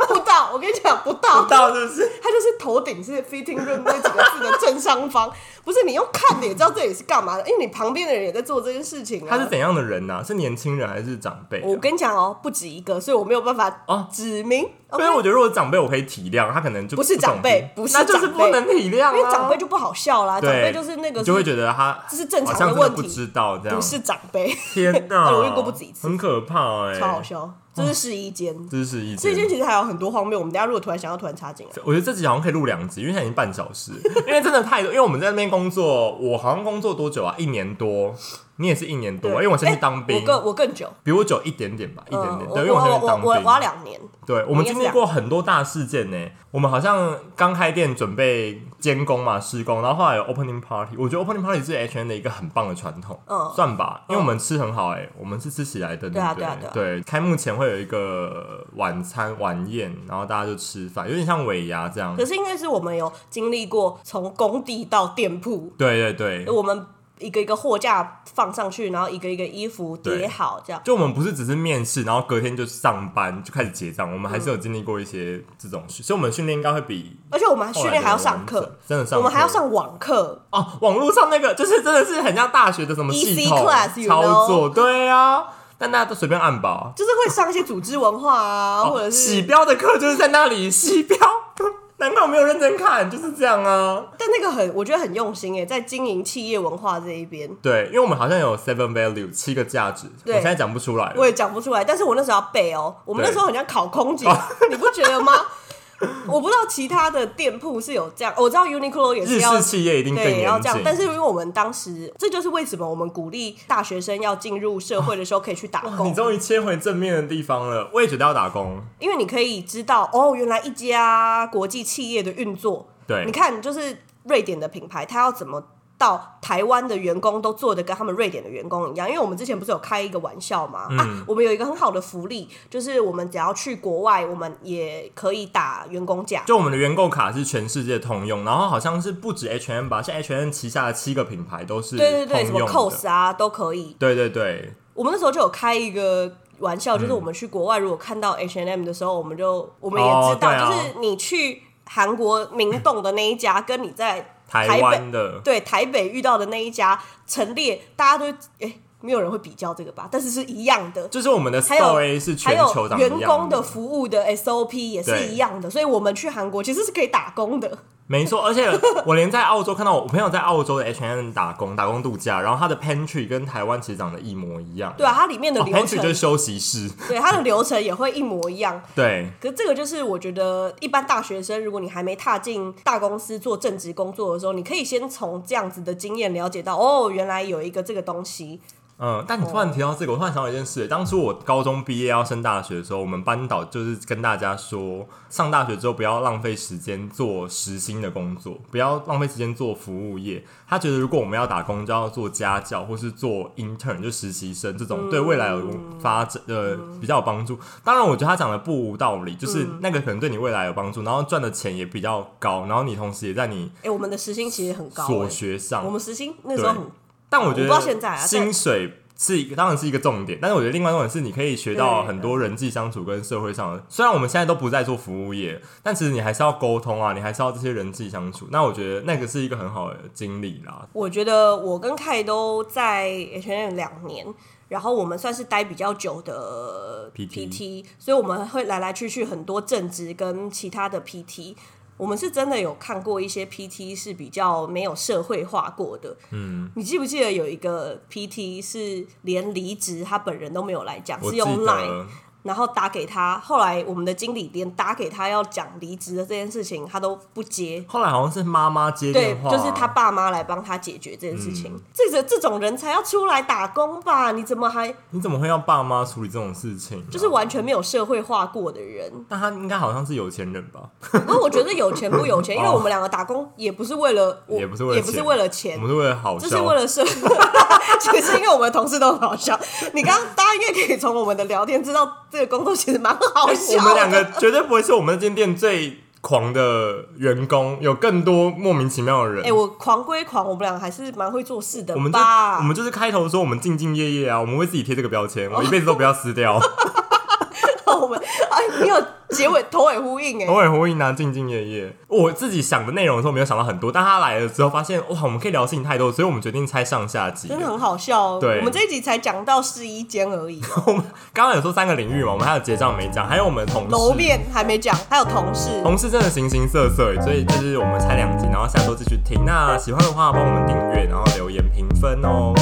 [SPEAKER 2] 不到，我跟你讲不到，
[SPEAKER 1] 不到，是不是？
[SPEAKER 2] 他就是头顶是 fitting room 那几个字的正上方，不是你用看的也知道这里是干嘛的，因为你旁边的人也在做这件事情啊。
[SPEAKER 1] 他是怎样的人呢、是年轻人还是长辈啊、
[SPEAKER 2] 我跟你讲哦，不止一个，所以我没有办法
[SPEAKER 1] 哦
[SPEAKER 2] 指明。
[SPEAKER 1] 因为我觉得如果长辈我可以体谅，他可能就
[SPEAKER 2] 不是长辈
[SPEAKER 1] 懂
[SPEAKER 2] 不是
[SPEAKER 1] 那就是
[SPEAKER 2] 长辈
[SPEAKER 1] 不能体谅、啊，
[SPEAKER 2] 因为长辈就不好笑啦，长
[SPEAKER 1] 对
[SPEAKER 2] 辈就是那个
[SPEAKER 1] 你就会
[SPEAKER 2] 得
[SPEAKER 1] 觉得他
[SPEAKER 2] 这是正
[SPEAKER 1] 好
[SPEAKER 2] 常的
[SPEAKER 1] 像真的
[SPEAKER 2] 问题
[SPEAKER 1] 不知道这样。
[SPEAKER 2] 不是长辈，
[SPEAKER 1] 天 哪，
[SPEAKER 2] 我遇过不止一次
[SPEAKER 1] 很可怕哎、
[SPEAKER 2] 超好笑。这是试衣间，
[SPEAKER 1] 这是一
[SPEAKER 2] 试衣间其实还有很多荒谬，我们大家如果突然想要突然插进来。
[SPEAKER 1] 我觉得这集好像可以录两集，因为现在已经半小时， 因为真的太多。因为我们在那边工作，我好像工作多久啊？一年多，你也是一年多，因为我先去当
[SPEAKER 2] 欸
[SPEAKER 1] 兵
[SPEAKER 2] 我，更我更久，
[SPEAKER 1] 比我久一点点吧，一点
[SPEAKER 2] 嗯，
[SPEAKER 1] 点。
[SPEAKER 2] 我
[SPEAKER 1] 对，因为先
[SPEAKER 2] 我
[SPEAKER 1] 去
[SPEAKER 2] 我
[SPEAKER 1] 当
[SPEAKER 2] 我我要
[SPEAKER 1] 兵。
[SPEAKER 2] 两年，
[SPEAKER 1] 对，我们
[SPEAKER 2] 应该是啊
[SPEAKER 1] 经历过很多大事件呢。我们好像刚开店准备监工嘛，施工，然后后来有 opening party。我觉得 opening party 是 H N 的一个很棒的传统，
[SPEAKER 2] 嗯
[SPEAKER 1] 算吧，因为我们吃很好哎，我们是吃喜来登，
[SPEAKER 2] 对啊
[SPEAKER 1] 不对
[SPEAKER 2] 对啊对啊
[SPEAKER 1] 对，开幕前会有一个晚餐晚宴，然后大家就吃饭，有点像尾牙这样
[SPEAKER 2] 可。是因为是我们有经历过从工地到店铺，
[SPEAKER 1] 对对对，
[SPEAKER 2] 我们一个一个货架放上去，然后一个一个衣服叠好这样。
[SPEAKER 1] 就我们不是只是面试，然后隔天就上班就开始结账，我们还是有经历过一些这种事，所以我们训练应该会比
[SPEAKER 2] 而且我们还训练还要
[SPEAKER 1] 后来的
[SPEAKER 2] 上
[SPEAKER 1] 完
[SPEAKER 2] 课
[SPEAKER 1] 整，，真的上课
[SPEAKER 2] 我们还要上网课，
[SPEAKER 1] 哦，网络上那个就是真的是很像大学的什么
[SPEAKER 2] EC
[SPEAKER 1] 系统
[SPEAKER 2] class, you E know
[SPEAKER 1] 操作，对啊，但大家都随便按吧，
[SPEAKER 2] 就是会上一些组织文化啊，或者
[SPEAKER 1] 洗
[SPEAKER 2] 是，
[SPEAKER 1] 标的课哦就是在那里洗标， 难怪我没有认真看，就是这样啊。
[SPEAKER 2] 但那个很我觉得很用心诶，在经营企业文化这一边，
[SPEAKER 1] 对，因为我们好像有 seven value 七个价值，我
[SPEAKER 2] 对
[SPEAKER 1] 现在讲不出来了
[SPEAKER 2] 我也讲不出来，但是我那时候要背哦，我们那
[SPEAKER 1] 对哦
[SPEAKER 2] 时候很像考空姐，你不觉得吗？ 我不知道其他的店铺是有这样，我知道 Uniqlo 也
[SPEAKER 1] 日
[SPEAKER 2] 是要
[SPEAKER 1] 式企业一定更
[SPEAKER 2] 对，也要
[SPEAKER 1] 严
[SPEAKER 2] 这样
[SPEAKER 1] 谨。。
[SPEAKER 2] 但是因为我们当时，这就是为什么我们鼓励大学生要进入社会的时候可以去打
[SPEAKER 1] 哦你
[SPEAKER 2] 工，
[SPEAKER 1] 终于切回正面的地方了，我也觉得要打工。
[SPEAKER 2] 因为你可以知道哦，原来一家国际企业的运作。
[SPEAKER 1] 对
[SPEAKER 2] 你看，就是瑞典的品牌，它要怎么到台湾的员工都做的跟他们瑞典的员工一样？因为我们之前不是有开一个玩笑嘛、啊，
[SPEAKER 1] 嗯
[SPEAKER 2] 我们有一个很好的福利，就是我们只要去国外，我们也可以打员工假。
[SPEAKER 1] 就我们的原购卡是全世界通用，然后好像是不止 H&M 吧，是 H&M 旗下的七个品牌都是
[SPEAKER 2] 对对对，什
[SPEAKER 1] 通
[SPEAKER 2] 么
[SPEAKER 1] 用的
[SPEAKER 2] cos 啊都可以。
[SPEAKER 1] 对对对，
[SPEAKER 2] 我们那时候就有开一个玩笑，
[SPEAKER 1] 嗯
[SPEAKER 2] 就是我们去国外如果看到 H and M 的时候，我们就我们也
[SPEAKER 1] 哦
[SPEAKER 2] 知道，
[SPEAKER 1] 对啊
[SPEAKER 2] 就是你去韩国明洞的那一家，跟你在
[SPEAKER 1] 台湾的
[SPEAKER 2] 对台北遇到的那一家陈列，大家都诶、没有人会比较这个吧，但是是一样的。
[SPEAKER 1] 就是我们的
[SPEAKER 2] 还有
[SPEAKER 1] Store A 是
[SPEAKER 2] 还
[SPEAKER 1] 全球
[SPEAKER 2] 有
[SPEAKER 1] 长一
[SPEAKER 2] 员
[SPEAKER 1] 样
[SPEAKER 2] 工
[SPEAKER 1] 的
[SPEAKER 2] 的服务的 SOP 也是
[SPEAKER 1] 对
[SPEAKER 2] 一样的，所以我们去韩国其实是可以打工的。
[SPEAKER 1] 没错，而且我连在澳洲看到我朋友在澳洲的 H&M 打工打工度假，然后他的 Pantry 跟台湾其实长得一模一样，
[SPEAKER 2] 对啊，它里面的
[SPEAKER 1] 哦
[SPEAKER 2] 流
[SPEAKER 1] ，Pantry
[SPEAKER 2] 程，
[SPEAKER 1] 就是休息室，
[SPEAKER 2] 对它的流程也会一模一样。
[SPEAKER 1] 对
[SPEAKER 2] 可是这个就是我觉得，一般大学生，如果你还没踏进大公司做正职工作的时候，你可以先从这样子的经验了解到，哦，原来有一个这个东西。
[SPEAKER 1] 嗯，但你突然提到这个，我突然想到一件事。当初我高中毕业要升大学的时候，我们班导就是跟大家说，上大学之后不要浪费时间做实薪的工作，不要浪费时间做服务业。他觉得如果我们要打工，就要做家教或是做 intern，就实习生这
[SPEAKER 2] 嗯
[SPEAKER 1] 种，对未来有发展呃比较有帮助。当然，我觉得他讲的不无道理，就是
[SPEAKER 2] 嗯
[SPEAKER 1] 那个可能对你未来有帮助，然后赚的钱也比较高，然后你同时也在你
[SPEAKER 2] 哎、我们的时薪其实很高、
[SPEAKER 1] 所
[SPEAKER 2] 诶
[SPEAKER 1] 学上
[SPEAKER 2] 我，们时薪那时候很，
[SPEAKER 1] 但我觉
[SPEAKER 2] 我不知道现在
[SPEAKER 1] 得
[SPEAKER 2] 啊
[SPEAKER 1] 薪水是一个当然是一个重点，但是我觉得另外一种是你可以学到
[SPEAKER 2] 对
[SPEAKER 1] 很多人际相处跟社会上的。虽然我们现在都不在做服务业，但其实你还是要沟通啊，你还是要这些人际相处。那我觉得那个是一个很好的经历啦。
[SPEAKER 2] 我觉得我跟凯都在 H N 两年，然后我们算是待比较久的
[SPEAKER 1] PT
[SPEAKER 2] 所以我们会来来去去很多正职跟其他的 PT。我们是真的有看过一些 PT 是比较没有社会化过的。
[SPEAKER 1] 嗯，
[SPEAKER 2] 你记不记得有一个 PT 是连离职他本人都没有来讲，
[SPEAKER 1] 我
[SPEAKER 2] 是
[SPEAKER 1] 记
[SPEAKER 2] 用 Line
[SPEAKER 1] 得
[SPEAKER 2] 然后打给他。后来我们的经理连打给他要讲离职的这件事情，他都不接。
[SPEAKER 1] 后来好像是妈妈接
[SPEAKER 2] 对
[SPEAKER 1] 电，话，嗯
[SPEAKER 2] 就是他爸妈来帮他解决这件事情。这个这种人才要出来打工吧？你怎么还
[SPEAKER 1] 你怎么会让爸妈处理这种事情啊、
[SPEAKER 2] 就是完全没有社会化过的人？
[SPEAKER 1] 那他应该好像是有钱人吧？
[SPEAKER 2] 然后我觉得有钱不有钱，因为
[SPEAKER 1] 哦
[SPEAKER 2] 我们两个打工也不是为了我，
[SPEAKER 1] 也不是为了钱我
[SPEAKER 2] 钱。
[SPEAKER 1] 们是为了好
[SPEAKER 2] 这
[SPEAKER 1] 笑，哦
[SPEAKER 2] 是为了社， 这是因为我们同事都很好笑。你刚刚大家应该可以从我们的聊天知道，这个工作其实蛮好笑
[SPEAKER 1] 哎我
[SPEAKER 2] 的。
[SPEAKER 1] 们两个绝对不会是我们那间店最狂的员工，有更多莫名其妙的人。
[SPEAKER 2] 哎、我狂归狂，我们两个还是蛮会做事的
[SPEAKER 1] 我们就
[SPEAKER 2] 吧？
[SPEAKER 1] 我们就是开头说我们兢兢业业啊，我们会自己贴这个标签，我一辈子都不要撕掉。
[SPEAKER 2] 我们哎，你有结尾头尾呼应哎、
[SPEAKER 1] 偶尔呼应啊，兢兢业业。我自己想的内容的时候没有想到很多，但他来了之后发现哇，我们可以聊的事情太多，所以我们决定拆上下集。
[SPEAKER 2] 真的很好笑哦。
[SPEAKER 1] 对哦
[SPEAKER 2] 我们这一集才讲到试衣间而已，
[SPEAKER 1] 我们刚刚有说三个领域嘛，我们还有结账没讲，还有我们的同事
[SPEAKER 2] 楼面还没讲，还有同事。
[SPEAKER 1] 同事真的形形色色耶，欸所以就是我们拆两集，然后下周继续听。那喜欢的话，帮我们订阅，然后留言评分哦。